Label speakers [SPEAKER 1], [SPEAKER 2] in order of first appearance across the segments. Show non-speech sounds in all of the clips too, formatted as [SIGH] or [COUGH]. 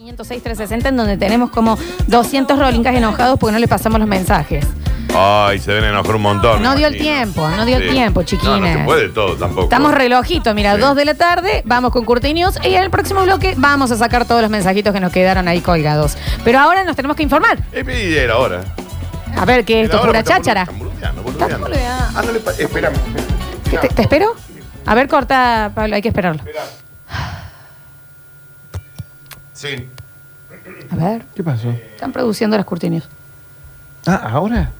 [SPEAKER 1] 506 360 en donde tenemos como 200 rolingas enojados porque no le pasamos los mensajes.
[SPEAKER 2] Ay, se ven enojar un montón.
[SPEAKER 1] No
[SPEAKER 2] me
[SPEAKER 1] dio el
[SPEAKER 2] imagino.
[SPEAKER 1] tiempo, no dio el tiempo, chiquines.
[SPEAKER 2] No, no se puede todo tampoco.
[SPEAKER 1] Estamos relojito, mira,
[SPEAKER 2] Sí.
[SPEAKER 1] 2 de la tarde, vamos con Curti News y en el próximo bloque vamos a sacar todos los mensajitos que nos quedaron ahí colgados. Pero ahora nos tenemos que informar.
[SPEAKER 2] Eh, y era hora.
[SPEAKER 1] A ver qué es esto,
[SPEAKER 2] Era hora,
[SPEAKER 1] pura
[SPEAKER 2] pero están
[SPEAKER 1] cháchara.
[SPEAKER 2] bolu- están boludeando,
[SPEAKER 1] Están
[SPEAKER 2] boludeando. Ah, no le pa- Espérame.
[SPEAKER 1] ¿Qué ¿Te,
[SPEAKER 2] Espera,
[SPEAKER 1] te espero? A ver, corta, Pablo, hay que esperarlo.
[SPEAKER 2] espera. Sí.
[SPEAKER 1] A ver,
[SPEAKER 3] ¿Qué pasó?
[SPEAKER 1] están produciendo las Curti News.
[SPEAKER 3] Ah, ¿ahora?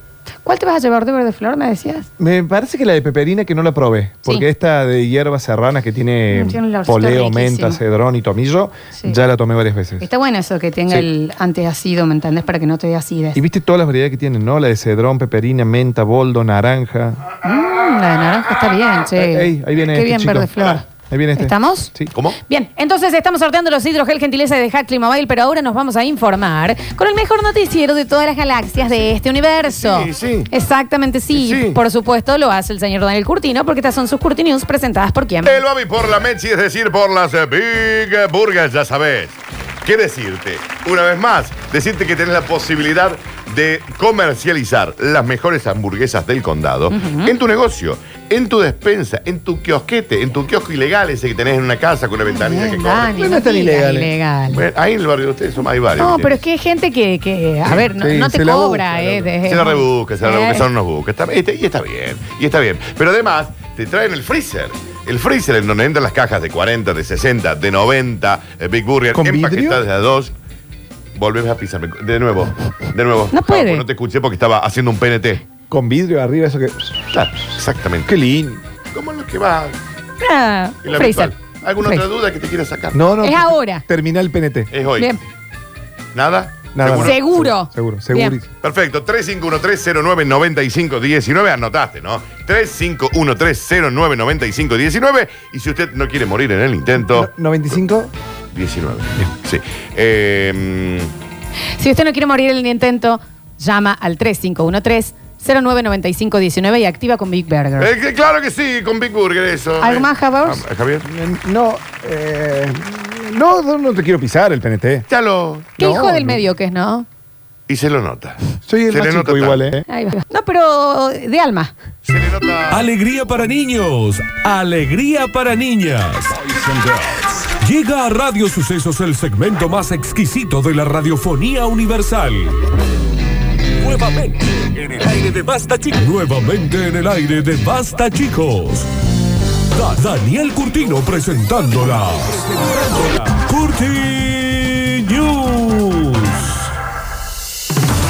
[SPEAKER 1] ¿Cuál te vas a llevar de verde flor, me decías?
[SPEAKER 3] Me parece que la de peperina que no la probé, porque
[SPEAKER 1] Sí.
[SPEAKER 3] esta de hierba serrana que tiene,
[SPEAKER 1] Mm, tiene un olorcito
[SPEAKER 3] poleo,
[SPEAKER 1] riquísimo.
[SPEAKER 3] menta, cedrón y tomillo,
[SPEAKER 1] Sí.
[SPEAKER 3] ya la tomé varias veces.
[SPEAKER 1] Está bueno eso que tenga
[SPEAKER 3] Sí.
[SPEAKER 1] el anteácido, ¿me entendés? Para que no te dé acidez.
[SPEAKER 3] Y viste todas las variedades que tienen, ¿no? La de cedrón, peperina, menta, boldo, naranja.
[SPEAKER 1] Mm, la de naranja está bien, che.
[SPEAKER 3] Eh, ey, ahí viene
[SPEAKER 1] Qué
[SPEAKER 3] este
[SPEAKER 1] bien,
[SPEAKER 3] chico.
[SPEAKER 1] verde flor.
[SPEAKER 3] Ahí viene este.
[SPEAKER 1] ¿Estamos?
[SPEAKER 3] Sí.
[SPEAKER 2] ¿Cómo?
[SPEAKER 1] Bien, entonces estamos sorteando los hidrogel gentileza de Hatley Mobile, pero ahora nos vamos a informar con el mejor noticiero de todas las galaxias de este universo.
[SPEAKER 2] Sí, sí.
[SPEAKER 1] Exactamente, sí.
[SPEAKER 2] Sí.
[SPEAKER 1] Por supuesto, lo hace el señor Daniel Curtino, porque estas son sus Curti News presentadas por quién.
[SPEAKER 2] El Babi por la Mechi, es decir, por las eh, Big Burgers, ya sabes. ¿Qué decirte? Una vez más, decirte que tenés la posibilidad de comercializar las mejores hamburguesas del condado en tu negocio, en tu despensa, en tu kiosquete, en tu kiosco ilegal ese que tenés en una casa con una ventanilla que
[SPEAKER 1] Bien,
[SPEAKER 2] corre.
[SPEAKER 1] Dani,
[SPEAKER 3] No están
[SPEAKER 1] digas
[SPEAKER 3] ilegales.
[SPEAKER 1] ilegal.
[SPEAKER 2] Bueno, ahí en el barrio de ustedes son, hay varios.
[SPEAKER 1] No,
[SPEAKER 2] ¿entiendes?
[SPEAKER 1] pero es que hay gente que, que a ver, no,
[SPEAKER 3] Sí,
[SPEAKER 1] no te
[SPEAKER 3] se la
[SPEAKER 1] cobra,
[SPEAKER 3] busca,
[SPEAKER 1] ¿eh?
[SPEAKER 3] la-
[SPEAKER 1] de-
[SPEAKER 2] Se la rebusca, se la
[SPEAKER 1] Eh.
[SPEAKER 2] rebusca, son unos buscas. Está- este- y está bien, y está bien. Pero además, te traen el freezer. El freezer en donde entran las cajas de 40, de 60, de 90, eh, Big Burger,
[SPEAKER 3] ¿Con vidrio?
[SPEAKER 2] empaquetadas de a dos. Volvemos a pisarme. De nuevo, de nuevo.
[SPEAKER 1] No puede.
[SPEAKER 2] pues no te escuché porque estaba haciendo un PNT.
[SPEAKER 3] Con vidrio arriba, eso que.
[SPEAKER 2] Claro, exactamente.
[SPEAKER 3] Qué lindo.
[SPEAKER 2] ¿Cómo es lo que va?
[SPEAKER 1] Ah,
[SPEAKER 2] El
[SPEAKER 1] freezer.
[SPEAKER 2] habitual. ¿Alguna
[SPEAKER 1] Freezer.
[SPEAKER 2] otra duda que te quieras sacar?
[SPEAKER 3] No, no.
[SPEAKER 1] Es ahora.
[SPEAKER 3] Terminal PNT.
[SPEAKER 2] Es hoy.
[SPEAKER 1] Bien.
[SPEAKER 2] ¿Nada?
[SPEAKER 3] Nada.
[SPEAKER 2] ¿Seguro?
[SPEAKER 3] más.
[SPEAKER 1] Seguro.
[SPEAKER 3] Seguro,
[SPEAKER 1] Bien.
[SPEAKER 3] seguro.
[SPEAKER 2] Perfecto, 351-309-9519, anotaste, ¿no? 351-309-9519, y si usted no quiere morir en el intento,
[SPEAKER 3] No- 95.
[SPEAKER 2] 19. Sí. Eh,
[SPEAKER 1] Si usted no quiere morir en el intento, llama al 3513-099519 y activa con Big Burger.
[SPEAKER 2] eh, que claro que sí, con Big Burger eso. ¿eh?
[SPEAKER 1] ¿Algo más, Javors?
[SPEAKER 2] Ah, Javier?
[SPEAKER 3] No, eh, no, no, no te quiero pisar el PNT.
[SPEAKER 2] Ya lo...
[SPEAKER 1] Qué
[SPEAKER 3] No,
[SPEAKER 1] hijo del
[SPEAKER 3] no.
[SPEAKER 1] medio que es, ¿no?
[SPEAKER 2] Y se lo nota.
[SPEAKER 3] Soy el
[SPEAKER 2] se
[SPEAKER 3] más
[SPEAKER 2] le
[SPEAKER 3] chico
[SPEAKER 2] nota
[SPEAKER 3] igual,
[SPEAKER 2] tanto.
[SPEAKER 3] ¿eh?
[SPEAKER 1] Ahí va. No, pero de alma.
[SPEAKER 2] Se le nota...
[SPEAKER 4] Alegría para niños, alegría para niñas. Llega a Radio Sucesos el segmento más exquisito de la radiofonía universal. Nuevamente en el aire de Basta Chicos. Nuevamente en el aire de Basta Chicos. Da- Daniel Curtino presentándola. Curti News.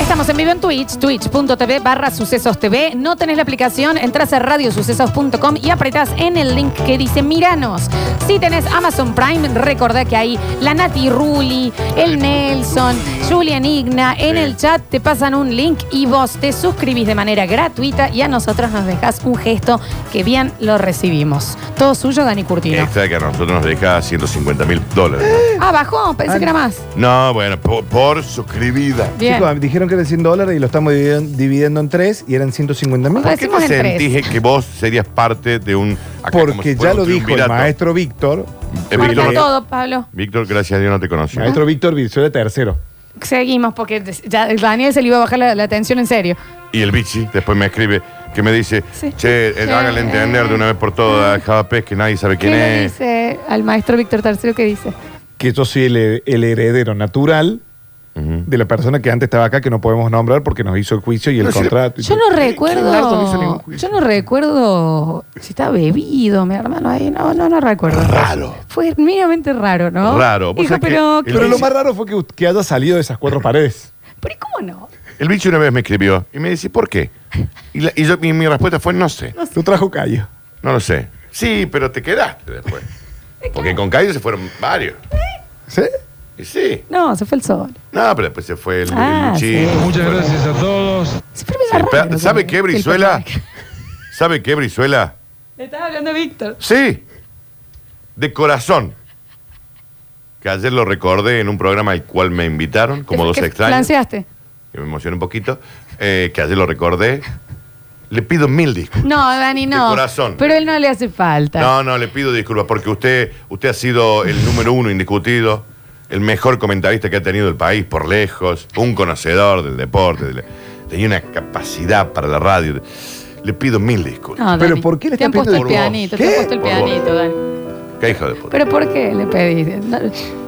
[SPEAKER 1] Estamos en vivo en Twitch, twitch.tv barra sucesos TV. No tenés la aplicación, entras a radiosucesos.com y apretás en el link que dice Miranos. Si tenés Amazon Prime, recordá que hay la Nati Ruli, el Nelson, Julian Igna. En el chat te pasan un link y vos te suscribís de manera gratuita y a nosotros nos dejás un gesto que bien lo recibimos. Todo suyo, Dani Curtino.
[SPEAKER 2] Extra que a nosotros nos deja 150 mil dólares.
[SPEAKER 1] Ah, bajó, pensé que era más.
[SPEAKER 2] No, bueno, por, por suscribida.
[SPEAKER 1] Bien.
[SPEAKER 3] Chicos, dijeron que eran 100 dólares y lo estamos dividiendo, dividiendo en tres y eran 150 mil.
[SPEAKER 1] Pues,
[SPEAKER 2] ¿Por qué
[SPEAKER 1] Decimos
[SPEAKER 2] te
[SPEAKER 1] en tres.
[SPEAKER 2] sentís que vos serías parte de un... acá como
[SPEAKER 3] Porque
[SPEAKER 2] si
[SPEAKER 3] ya
[SPEAKER 2] fuera un
[SPEAKER 3] lo dijo el
[SPEAKER 2] triunvirato?
[SPEAKER 3] maestro Víctor.
[SPEAKER 2] Eh,
[SPEAKER 1] Marca
[SPEAKER 2] Víctor,
[SPEAKER 1] todo, Pablo.
[SPEAKER 2] Víctor, gracias a Dios no te conocí.
[SPEAKER 3] Maestro Víctor Virzuela tercero.
[SPEAKER 1] Seguimos porque ya Daniel se le iba a bajar la, la atención en serio.
[SPEAKER 2] Y el bichi después me escribe que me dice,
[SPEAKER 1] Sí.
[SPEAKER 2] che, eh,
[SPEAKER 1] Che,
[SPEAKER 2] hágale entender de una vez por todas a Javapés que nadie sabe
[SPEAKER 1] ¿Qué
[SPEAKER 2] quién
[SPEAKER 1] le
[SPEAKER 2] es.
[SPEAKER 1] dice al maestro Víctor Tercero? ¿Qué dice?
[SPEAKER 3] Que yo soy el, el heredero natural
[SPEAKER 2] Ujú.
[SPEAKER 3] de la persona que antes estaba acá, que no podemos nombrar porque nos hizo el juicio y el
[SPEAKER 2] Pero si-
[SPEAKER 3] contrato. y
[SPEAKER 1] Yo
[SPEAKER 3] todo.
[SPEAKER 1] no
[SPEAKER 2] Leonardo no hizo ningún
[SPEAKER 1] recuerdo.
[SPEAKER 2] juicio.
[SPEAKER 1] Yo no recuerdo si estaba bebido, mi hermano ahí. No, no, no recuerdo.
[SPEAKER 2] Raro.
[SPEAKER 1] Fue mínimamente raro, ¿no?
[SPEAKER 2] Raro. Vos
[SPEAKER 1] Dijo,
[SPEAKER 2] sabés que
[SPEAKER 1] pero,
[SPEAKER 2] el
[SPEAKER 3] Pero lo
[SPEAKER 2] bichi-
[SPEAKER 3] más raro fue que, que haya salido de esas
[SPEAKER 1] [LAUGHS]
[SPEAKER 3] cuatro paredes.
[SPEAKER 1] pero ¿y ¿cómo no?
[SPEAKER 2] El bichi una vez me escribió y me dice, ¿por qué? Y, la- y yo- y mi respuesta fue, no sé,
[SPEAKER 3] Lo trajo Cayo.
[SPEAKER 2] no lo sé. Sí, pero te
[SPEAKER 1] [LAUGHS]
[SPEAKER 2] quedaste después. Porque con Cayo se fueron varios.
[SPEAKER 3] ¿Sí?
[SPEAKER 2] Y sí.
[SPEAKER 1] No, se fue el sol.
[SPEAKER 2] No, pero después se fue el, el
[SPEAKER 1] Ah,
[SPEAKER 2] bichi.
[SPEAKER 1] sí.
[SPEAKER 5] Muchas gracias a todos.
[SPEAKER 1] Siempre
[SPEAKER 2] Sí,
[SPEAKER 1] me da
[SPEAKER 2] pero
[SPEAKER 1] raro
[SPEAKER 2] ¿Sabe
[SPEAKER 1] que-
[SPEAKER 2] qué,
[SPEAKER 1] que el
[SPEAKER 2] Brizuela?
[SPEAKER 1] personaje-
[SPEAKER 2] ¿Sabe qué, Brizuela?
[SPEAKER 1] Le estaba hablando a Víctor.
[SPEAKER 2] Sí, de corazón. Que ayer lo recordé en un programa al cual me invitaron, como dos
[SPEAKER 1] Que
[SPEAKER 2] extraños.
[SPEAKER 1] Flanceaste.
[SPEAKER 2] que me emocioné un poquito, eh, que ayer lo recordé. Le pido mil disculpas.
[SPEAKER 1] No, Dani, no.
[SPEAKER 2] De corazón.
[SPEAKER 1] Pero él no le hace falta.
[SPEAKER 2] No, no, le pido disculpas porque usted, usted ha sido el número uno indiscutido el mejor comentarista que ha tenido el país por lejos, un conocedor del deporte, de la- tenía una capacidad para la radio. Le pido mil disculpas.
[SPEAKER 1] No,
[SPEAKER 3] Pero
[SPEAKER 1] Dani,
[SPEAKER 3] ¿por qué le
[SPEAKER 1] Te han
[SPEAKER 3] estás
[SPEAKER 1] puesto el
[SPEAKER 2] pidiendo por
[SPEAKER 1] pianito,
[SPEAKER 2] vos?
[SPEAKER 1] te han
[SPEAKER 3] ¿Qué?
[SPEAKER 1] puesto el
[SPEAKER 2] Por vos.
[SPEAKER 1] pianito, Dani.
[SPEAKER 2] Qué hijo de puta.
[SPEAKER 1] ¿Pero por qué le pediste? No.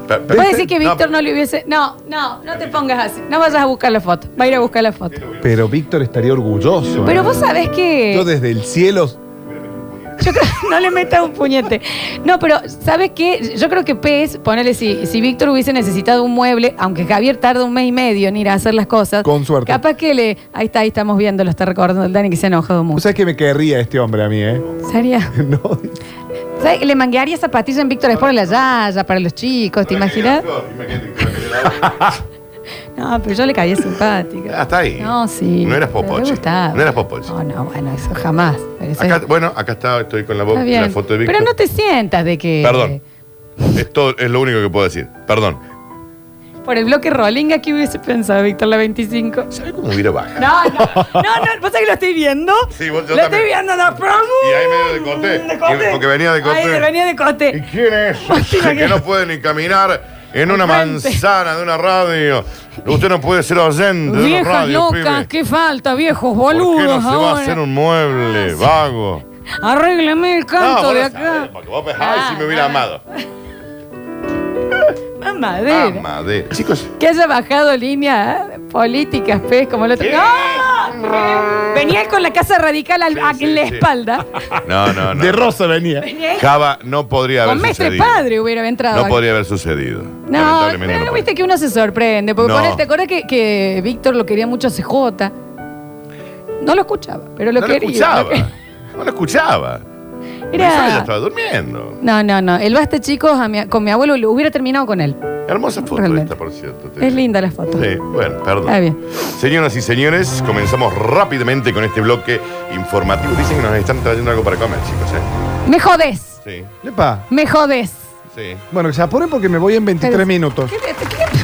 [SPEAKER 2] Pero- pero-
[SPEAKER 1] ¿Puedes decir que
[SPEAKER 2] no,
[SPEAKER 1] Víctor no, le hubiese.? No, no, no te pongas así. No vayas a buscar la foto. Va a ir a buscar la foto.
[SPEAKER 3] Pero Víctor estaría orgulloso.
[SPEAKER 1] Pero
[SPEAKER 3] ¿eh?
[SPEAKER 1] vos sabés que.
[SPEAKER 3] Yo desde el cielo.
[SPEAKER 1] Yo creo, [LAUGHS] no le metas un puñete. No, pero ¿sabes qué? Yo creo que Pez, ponele si, si Víctor hubiese necesitado un mueble, aunque Javier tarda un mes y medio en ir a hacer las cosas.
[SPEAKER 3] Con suerte.
[SPEAKER 1] Capaz que le. Ahí está, ahí estamos viendo, lo está recordando el Dani que se ha enojado
[SPEAKER 3] ¿Vos
[SPEAKER 1] mucho.
[SPEAKER 3] sabés que me querría este hombre a mí, eh? [LAUGHS]
[SPEAKER 1] Sería.
[SPEAKER 3] No.
[SPEAKER 1] ¿Sabes? Le manguearía zapatillas en Víctor Sport en la Yaya para los chicos, ¿te imaginas? No, pero yo le caía simpática.
[SPEAKER 2] Hasta Ah, ahí.
[SPEAKER 1] No, sí.
[SPEAKER 2] No eras
[SPEAKER 1] Pero le
[SPEAKER 2] popoche.
[SPEAKER 1] gustaba.
[SPEAKER 2] No eras popoche.
[SPEAKER 1] No, no, bueno, eso jamás. Pero eso
[SPEAKER 2] Acá-
[SPEAKER 1] es-
[SPEAKER 2] bueno, acá está, estoy con la, bo-
[SPEAKER 1] está bien.
[SPEAKER 2] la foto de Víctor.
[SPEAKER 1] Pero no te sientas de que.
[SPEAKER 2] Perdón. Esto es lo único que puedo decir. Perdón.
[SPEAKER 1] Por el bloque Rolling, aquí hubiese pensado, Víctor, la 25.
[SPEAKER 2] ¿Sabes cómo hubiera bajado?
[SPEAKER 1] No, no, no, no, pasa que lo estoy viendo.
[SPEAKER 2] Sí, vos- yo
[SPEAKER 1] Lo
[SPEAKER 2] también.
[SPEAKER 1] estoy viendo, no, pero.
[SPEAKER 2] Y ahí medio de coté.
[SPEAKER 1] De coté.
[SPEAKER 2] Y- porque venía de coté.
[SPEAKER 1] Ahí venía de
[SPEAKER 2] ¿Y
[SPEAKER 1] cote.
[SPEAKER 2] quién es?
[SPEAKER 1] [LAUGHS] Imagina
[SPEAKER 2] que
[SPEAKER 1] que-
[SPEAKER 2] no puede ni caminar en una
[SPEAKER 1] Frente.
[SPEAKER 2] manzana de una radio. Usted no puede ser oyente de una
[SPEAKER 1] Viejas
[SPEAKER 2] radio,
[SPEAKER 1] locas,
[SPEAKER 2] pibe.
[SPEAKER 1] qué falta, viejos
[SPEAKER 2] ¿Por
[SPEAKER 1] boludos.
[SPEAKER 2] qué no se va a
[SPEAKER 1] ahora.
[SPEAKER 2] hacer un mueble, vago?
[SPEAKER 1] Arrégleme el
[SPEAKER 2] No,
[SPEAKER 1] canto
[SPEAKER 2] vos
[SPEAKER 1] de
[SPEAKER 2] no
[SPEAKER 1] acá. Ah,
[SPEAKER 2] sabés, porque vos pensás, ay, si me hubiera amado. Ah,
[SPEAKER 1] Mamadera.
[SPEAKER 2] Amadera. Chicos,
[SPEAKER 1] Que haya bajado línea ¿eh? políticas, pez, como el otro.
[SPEAKER 2] ¿Qué?
[SPEAKER 1] ¡No! Venía él con la casa radical al-
[SPEAKER 2] Sí,
[SPEAKER 1] a-
[SPEAKER 2] sí,
[SPEAKER 1] en la
[SPEAKER 2] sí.
[SPEAKER 1] espalda.
[SPEAKER 2] no, no, no.
[SPEAKER 3] De rosa venía.
[SPEAKER 1] Venía él
[SPEAKER 2] Java no podría haber
[SPEAKER 1] con mestre
[SPEAKER 2] sucedido.
[SPEAKER 1] padre hubiera entrado.
[SPEAKER 2] No
[SPEAKER 1] acá.
[SPEAKER 2] podría haber sucedido.
[SPEAKER 1] No,
[SPEAKER 2] Lamentablemente
[SPEAKER 1] pero
[SPEAKER 2] no
[SPEAKER 1] viste que uno se sorprende. Porque
[SPEAKER 2] No.
[SPEAKER 1] ponele, ¿Te acuerdas que, que Víctor lo quería mucho a CJ? No lo escuchaba, pero lo
[SPEAKER 2] no lo
[SPEAKER 1] quería.
[SPEAKER 2] escuchaba.
[SPEAKER 1] Lo que-
[SPEAKER 2] No lo escuchaba. Pensaba que ya
[SPEAKER 1] Era...
[SPEAKER 2] estaba durmiendo.
[SPEAKER 1] No, no, no. El basta, chicos, a mi- con mi abuelo lo hubiera terminado con él.
[SPEAKER 2] Hermosa foto
[SPEAKER 1] Realmente.
[SPEAKER 2] esta, por cierto. te
[SPEAKER 1] Es
[SPEAKER 2] digo.
[SPEAKER 1] linda la foto.
[SPEAKER 2] Sí, bueno, perdón.
[SPEAKER 1] Está bien.
[SPEAKER 2] Señoras y señores, comenzamos rápidamente con este bloque informativo. Dicen que nos están trayendo algo para comer, chicos. ¿eh?
[SPEAKER 1] Me jodes,
[SPEAKER 2] Sí,
[SPEAKER 3] Epa.
[SPEAKER 1] me jodes.
[SPEAKER 2] sí.
[SPEAKER 3] Bueno, que se apuren porque me voy en 23
[SPEAKER 1] Pero-
[SPEAKER 3] minutos.
[SPEAKER 1] ¿Qué te- qué-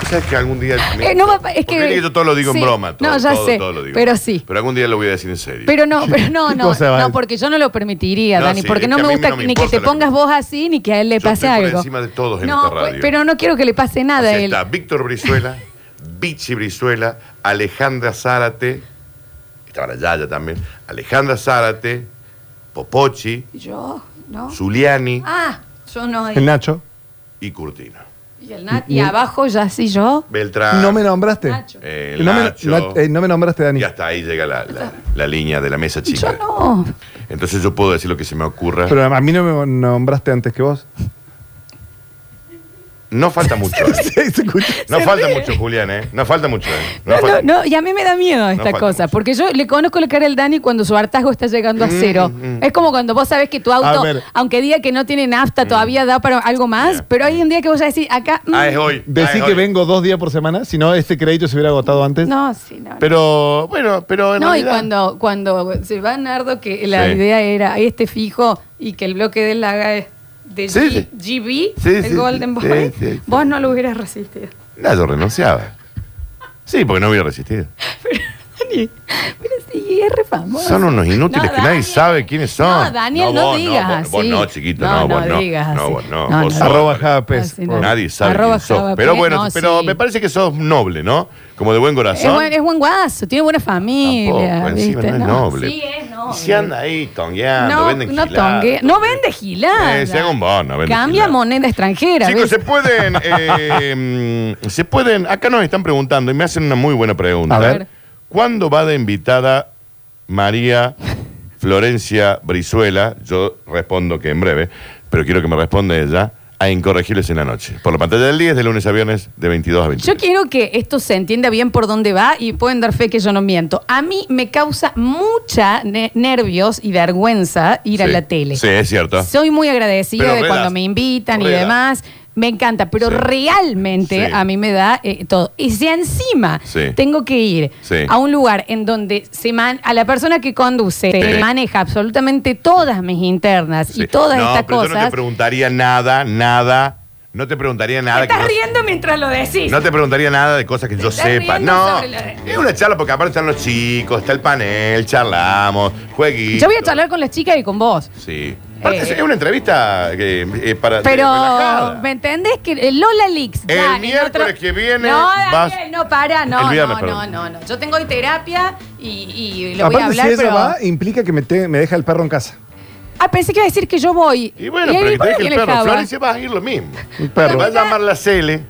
[SPEAKER 2] ¿Tú ¿Sabes que algún día...
[SPEAKER 1] Eh, no, papá, es
[SPEAKER 2] Porque
[SPEAKER 1] que-
[SPEAKER 2] viste yo todo lo digo
[SPEAKER 1] sí.
[SPEAKER 2] en broma. todo,
[SPEAKER 1] No, ya
[SPEAKER 2] todo,
[SPEAKER 1] sé,
[SPEAKER 2] todo lo digo.
[SPEAKER 1] pero sí.
[SPEAKER 2] Pero algún día lo voy a decir en serio.
[SPEAKER 1] Pero no, pero no,
[SPEAKER 2] [LAUGHS]
[SPEAKER 3] ¿Qué
[SPEAKER 1] no,
[SPEAKER 3] cosa, Val?
[SPEAKER 1] no, porque yo no lo permitiría,
[SPEAKER 2] No,
[SPEAKER 1] Dani,
[SPEAKER 2] sí,
[SPEAKER 1] porque
[SPEAKER 2] es
[SPEAKER 1] no
[SPEAKER 2] que a
[SPEAKER 1] me
[SPEAKER 2] mí
[SPEAKER 1] gusta
[SPEAKER 2] no me
[SPEAKER 1] ni que
[SPEAKER 2] importa
[SPEAKER 1] te
[SPEAKER 2] lo que-
[SPEAKER 1] pongas vos así ni que a él le
[SPEAKER 2] Yo
[SPEAKER 1] pase
[SPEAKER 2] estoy por
[SPEAKER 1] algo.
[SPEAKER 2] encima de todos en
[SPEAKER 1] no,
[SPEAKER 2] esta radio.
[SPEAKER 1] pues, pero no quiero que le pase nada
[SPEAKER 2] Así
[SPEAKER 1] a él.
[SPEAKER 2] está
[SPEAKER 1] [LAUGHS]
[SPEAKER 2] Víctor Brizuela, Vichy Brizuela, Alejandra Zárate, estaba la Yaya también, Alejandra Zárate, Popochi,
[SPEAKER 1] Yo, ¿no?
[SPEAKER 2] Zuliani
[SPEAKER 1] Ah, yo no.
[SPEAKER 3] El Nacho.
[SPEAKER 2] y Curtino.
[SPEAKER 1] Y, el Nat- y abajo ya sí yo.
[SPEAKER 2] Beltrán,
[SPEAKER 3] No me nombraste.
[SPEAKER 1] Nacho.
[SPEAKER 2] eh,
[SPEAKER 3] no, me,
[SPEAKER 2] Nacho,
[SPEAKER 3] Nat- eh, no me nombraste, Dani.
[SPEAKER 2] y hasta ahí llega la, la- la línea de la mesa
[SPEAKER 1] Yo
[SPEAKER 2] chica.
[SPEAKER 1] no.
[SPEAKER 2] Entonces yo puedo decir lo que se me ocurra.
[SPEAKER 3] Pero a mí no me nombraste antes
[SPEAKER 1] [LAUGHS]
[SPEAKER 3] que vos.
[SPEAKER 2] no falta mucho.
[SPEAKER 1] [LAUGHS]
[SPEAKER 2] eh.
[SPEAKER 3] Sí, se escucha.
[SPEAKER 2] No
[SPEAKER 1] Se
[SPEAKER 2] falta
[SPEAKER 1] ríe.
[SPEAKER 2] mucho, Julián, ¿eh? No falta mucho, ¿eh?
[SPEAKER 1] No, no,
[SPEAKER 2] falta-
[SPEAKER 1] no, y a mí me da miedo esta
[SPEAKER 2] falta
[SPEAKER 1] cosa,
[SPEAKER 2] mucho. Mm,
[SPEAKER 1] porque yo le conozco la cara al Dani cuando su hartazgo está llegando a cero. Es como cuando vos sabés que tu auto,
[SPEAKER 3] A ver.
[SPEAKER 1] aunque diga que no tiene nafta, todavía da para algo más,
[SPEAKER 2] Mm. Bien.
[SPEAKER 1] pero hay un día que vos a decir acá... mm,
[SPEAKER 2] Ah, es hoy. ah,
[SPEAKER 3] Decí
[SPEAKER 2] es
[SPEAKER 3] que
[SPEAKER 2] hoy.
[SPEAKER 3] vengo dos días por semana, si no, este crédito se hubiera agotado antes.
[SPEAKER 1] No, sí, no. no.
[SPEAKER 2] Pero, bueno, pero en
[SPEAKER 1] No, y
[SPEAKER 2] realidad-
[SPEAKER 1] cuando, cuando se va Nardo, que la
[SPEAKER 2] Sí.
[SPEAKER 1] idea era este fijo y que el bloque de él haga es de
[SPEAKER 2] Sí,
[SPEAKER 1] G-
[SPEAKER 2] sí.
[SPEAKER 1] GB,
[SPEAKER 2] Sí,
[SPEAKER 1] el
[SPEAKER 2] sí,
[SPEAKER 1] Golden
[SPEAKER 2] sí,
[SPEAKER 1] Boy,
[SPEAKER 2] sí, sí.
[SPEAKER 1] vos no lo hubieras resistido.
[SPEAKER 2] No, yo renunciaba. Sí, porque no hubiera resistido.
[SPEAKER 1] Dani, pero sí, es re famoso.
[SPEAKER 2] Son unos inútiles que nadie sabe quiénes son.
[SPEAKER 1] No, Daniel,
[SPEAKER 2] No,
[SPEAKER 1] no,
[SPEAKER 2] vos no,
[SPEAKER 1] digas
[SPEAKER 2] vos- vos
[SPEAKER 1] así.
[SPEAKER 2] no, chiquito, no, vos no.
[SPEAKER 1] digas así.
[SPEAKER 2] No, vos no, vos sos-
[SPEAKER 3] Arroba Javapes.
[SPEAKER 1] Así no.
[SPEAKER 2] Nadie sabe
[SPEAKER 1] Arroba
[SPEAKER 2] quién sos.
[SPEAKER 1] Java
[SPEAKER 2] Pero
[SPEAKER 1] P,
[SPEAKER 2] bueno,
[SPEAKER 1] no,
[SPEAKER 2] pero
[SPEAKER 1] sí.
[SPEAKER 2] me parece que sos noble, ¿no? Como de buen
[SPEAKER 1] Es
[SPEAKER 2] corazón.
[SPEAKER 1] buen, es buen guaso, tiene buena familia.
[SPEAKER 2] Tampoco, encima
[SPEAKER 1] ¿viste?
[SPEAKER 2] no es noble.
[SPEAKER 1] Sí, es
[SPEAKER 2] Y
[SPEAKER 1] noble.
[SPEAKER 2] si anda ahí tongueando,
[SPEAKER 1] no,
[SPEAKER 2] venden
[SPEAKER 1] no
[SPEAKER 2] giladas.
[SPEAKER 1] tongue, no vende gilada.
[SPEAKER 2] Eh, se haga un bono, vende
[SPEAKER 1] Cambia
[SPEAKER 2] gilada.
[SPEAKER 1] moneda extranjera.
[SPEAKER 2] Chicos,
[SPEAKER 1] ¿viste? [LAUGHS]
[SPEAKER 2] se pueden, eh, mm, se pueden, acá nos están preguntando y me hacen una muy buena pregunta.
[SPEAKER 3] A ver.
[SPEAKER 2] ¿Cuándo va de invitada
[SPEAKER 1] [LAUGHS]
[SPEAKER 2] María Florencia Brizuela? Yo respondo que en breve, pero quiero que me responda ella a Incorregibles en la noche. Por la pantalla del 10, de lunes a viernes, de 22 a 21.
[SPEAKER 1] Yo quiero que esto se entienda bien por dónde va y pueden dar fe que yo no miento. A mí me causa mucha ne- nervios y vergüenza ir a la tele.
[SPEAKER 2] Sí, es cierto.
[SPEAKER 1] Soy muy agradecida
[SPEAKER 2] Pero
[SPEAKER 1] de
[SPEAKER 2] re
[SPEAKER 1] cuando
[SPEAKER 2] das.
[SPEAKER 1] me invitan y
[SPEAKER 2] Re das.
[SPEAKER 1] demás. Me encanta, pero
[SPEAKER 2] Sí.
[SPEAKER 1] realmente
[SPEAKER 2] Sí.
[SPEAKER 1] a mí me da eh, todo. Y si encima
[SPEAKER 2] Sí.
[SPEAKER 1] tengo que ir
[SPEAKER 2] Sí.
[SPEAKER 1] a un lugar en donde se man- a la persona que conduce
[SPEAKER 2] Sí.
[SPEAKER 1] se maneja absolutamente todas mis internas
[SPEAKER 2] Sí.
[SPEAKER 1] y todas
[SPEAKER 2] no,
[SPEAKER 1] estas
[SPEAKER 2] pero
[SPEAKER 1] cosas.
[SPEAKER 2] Yo no te preguntaría nada, nada. No te preguntaría nada.
[SPEAKER 1] Te
[SPEAKER 2] que
[SPEAKER 1] estás
[SPEAKER 2] no-
[SPEAKER 1] riendo mientras lo decís.
[SPEAKER 2] No te preguntaría nada de cosas que yo
[SPEAKER 1] estás
[SPEAKER 2] sepa.
[SPEAKER 1] riendo
[SPEAKER 2] No.
[SPEAKER 1] sobre la-
[SPEAKER 2] Es una charla porque aparte están los chicos, está el panel, charlamos, jueguitos.
[SPEAKER 1] Yo voy a charlar con las chicas y con vos.
[SPEAKER 2] Sí. Aparte,
[SPEAKER 1] Eh,
[SPEAKER 2] es una entrevista que, eh, para.
[SPEAKER 1] Pero,
[SPEAKER 2] relajada.
[SPEAKER 1] ¿me entendés? Que eh, Lola Leaks.
[SPEAKER 2] El
[SPEAKER 1] Dani,
[SPEAKER 2] miércoles que viene
[SPEAKER 1] No,
[SPEAKER 2] vas-
[SPEAKER 1] Daniel, no, para, no,
[SPEAKER 2] El viernes,
[SPEAKER 1] no, no,
[SPEAKER 2] perdón.
[SPEAKER 1] no, no. Yo tengo hoy terapia y, y lo voy a
[SPEAKER 3] Aparte,
[SPEAKER 1] hablar,
[SPEAKER 3] si ella
[SPEAKER 1] pero...
[SPEAKER 3] va, implica que me, te- me deja el perro en casa.
[SPEAKER 1] Ah, pensé que iba a decir que yo voy.
[SPEAKER 2] Y bueno,
[SPEAKER 1] ahí
[SPEAKER 2] pero que te
[SPEAKER 1] voy
[SPEAKER 2] deje
[SPEAKER 1] y
[SPEAKER 2] el
[SPEAKER 1] le
[SPEAKER 2] perro.
[SPEAKER 1] jaba.
[SPEAKER 2] Florencia vas a ir lo mismo.
[SPEAKER 3] Un perro.
[SPEAKER 2] Va a llamar la Cele,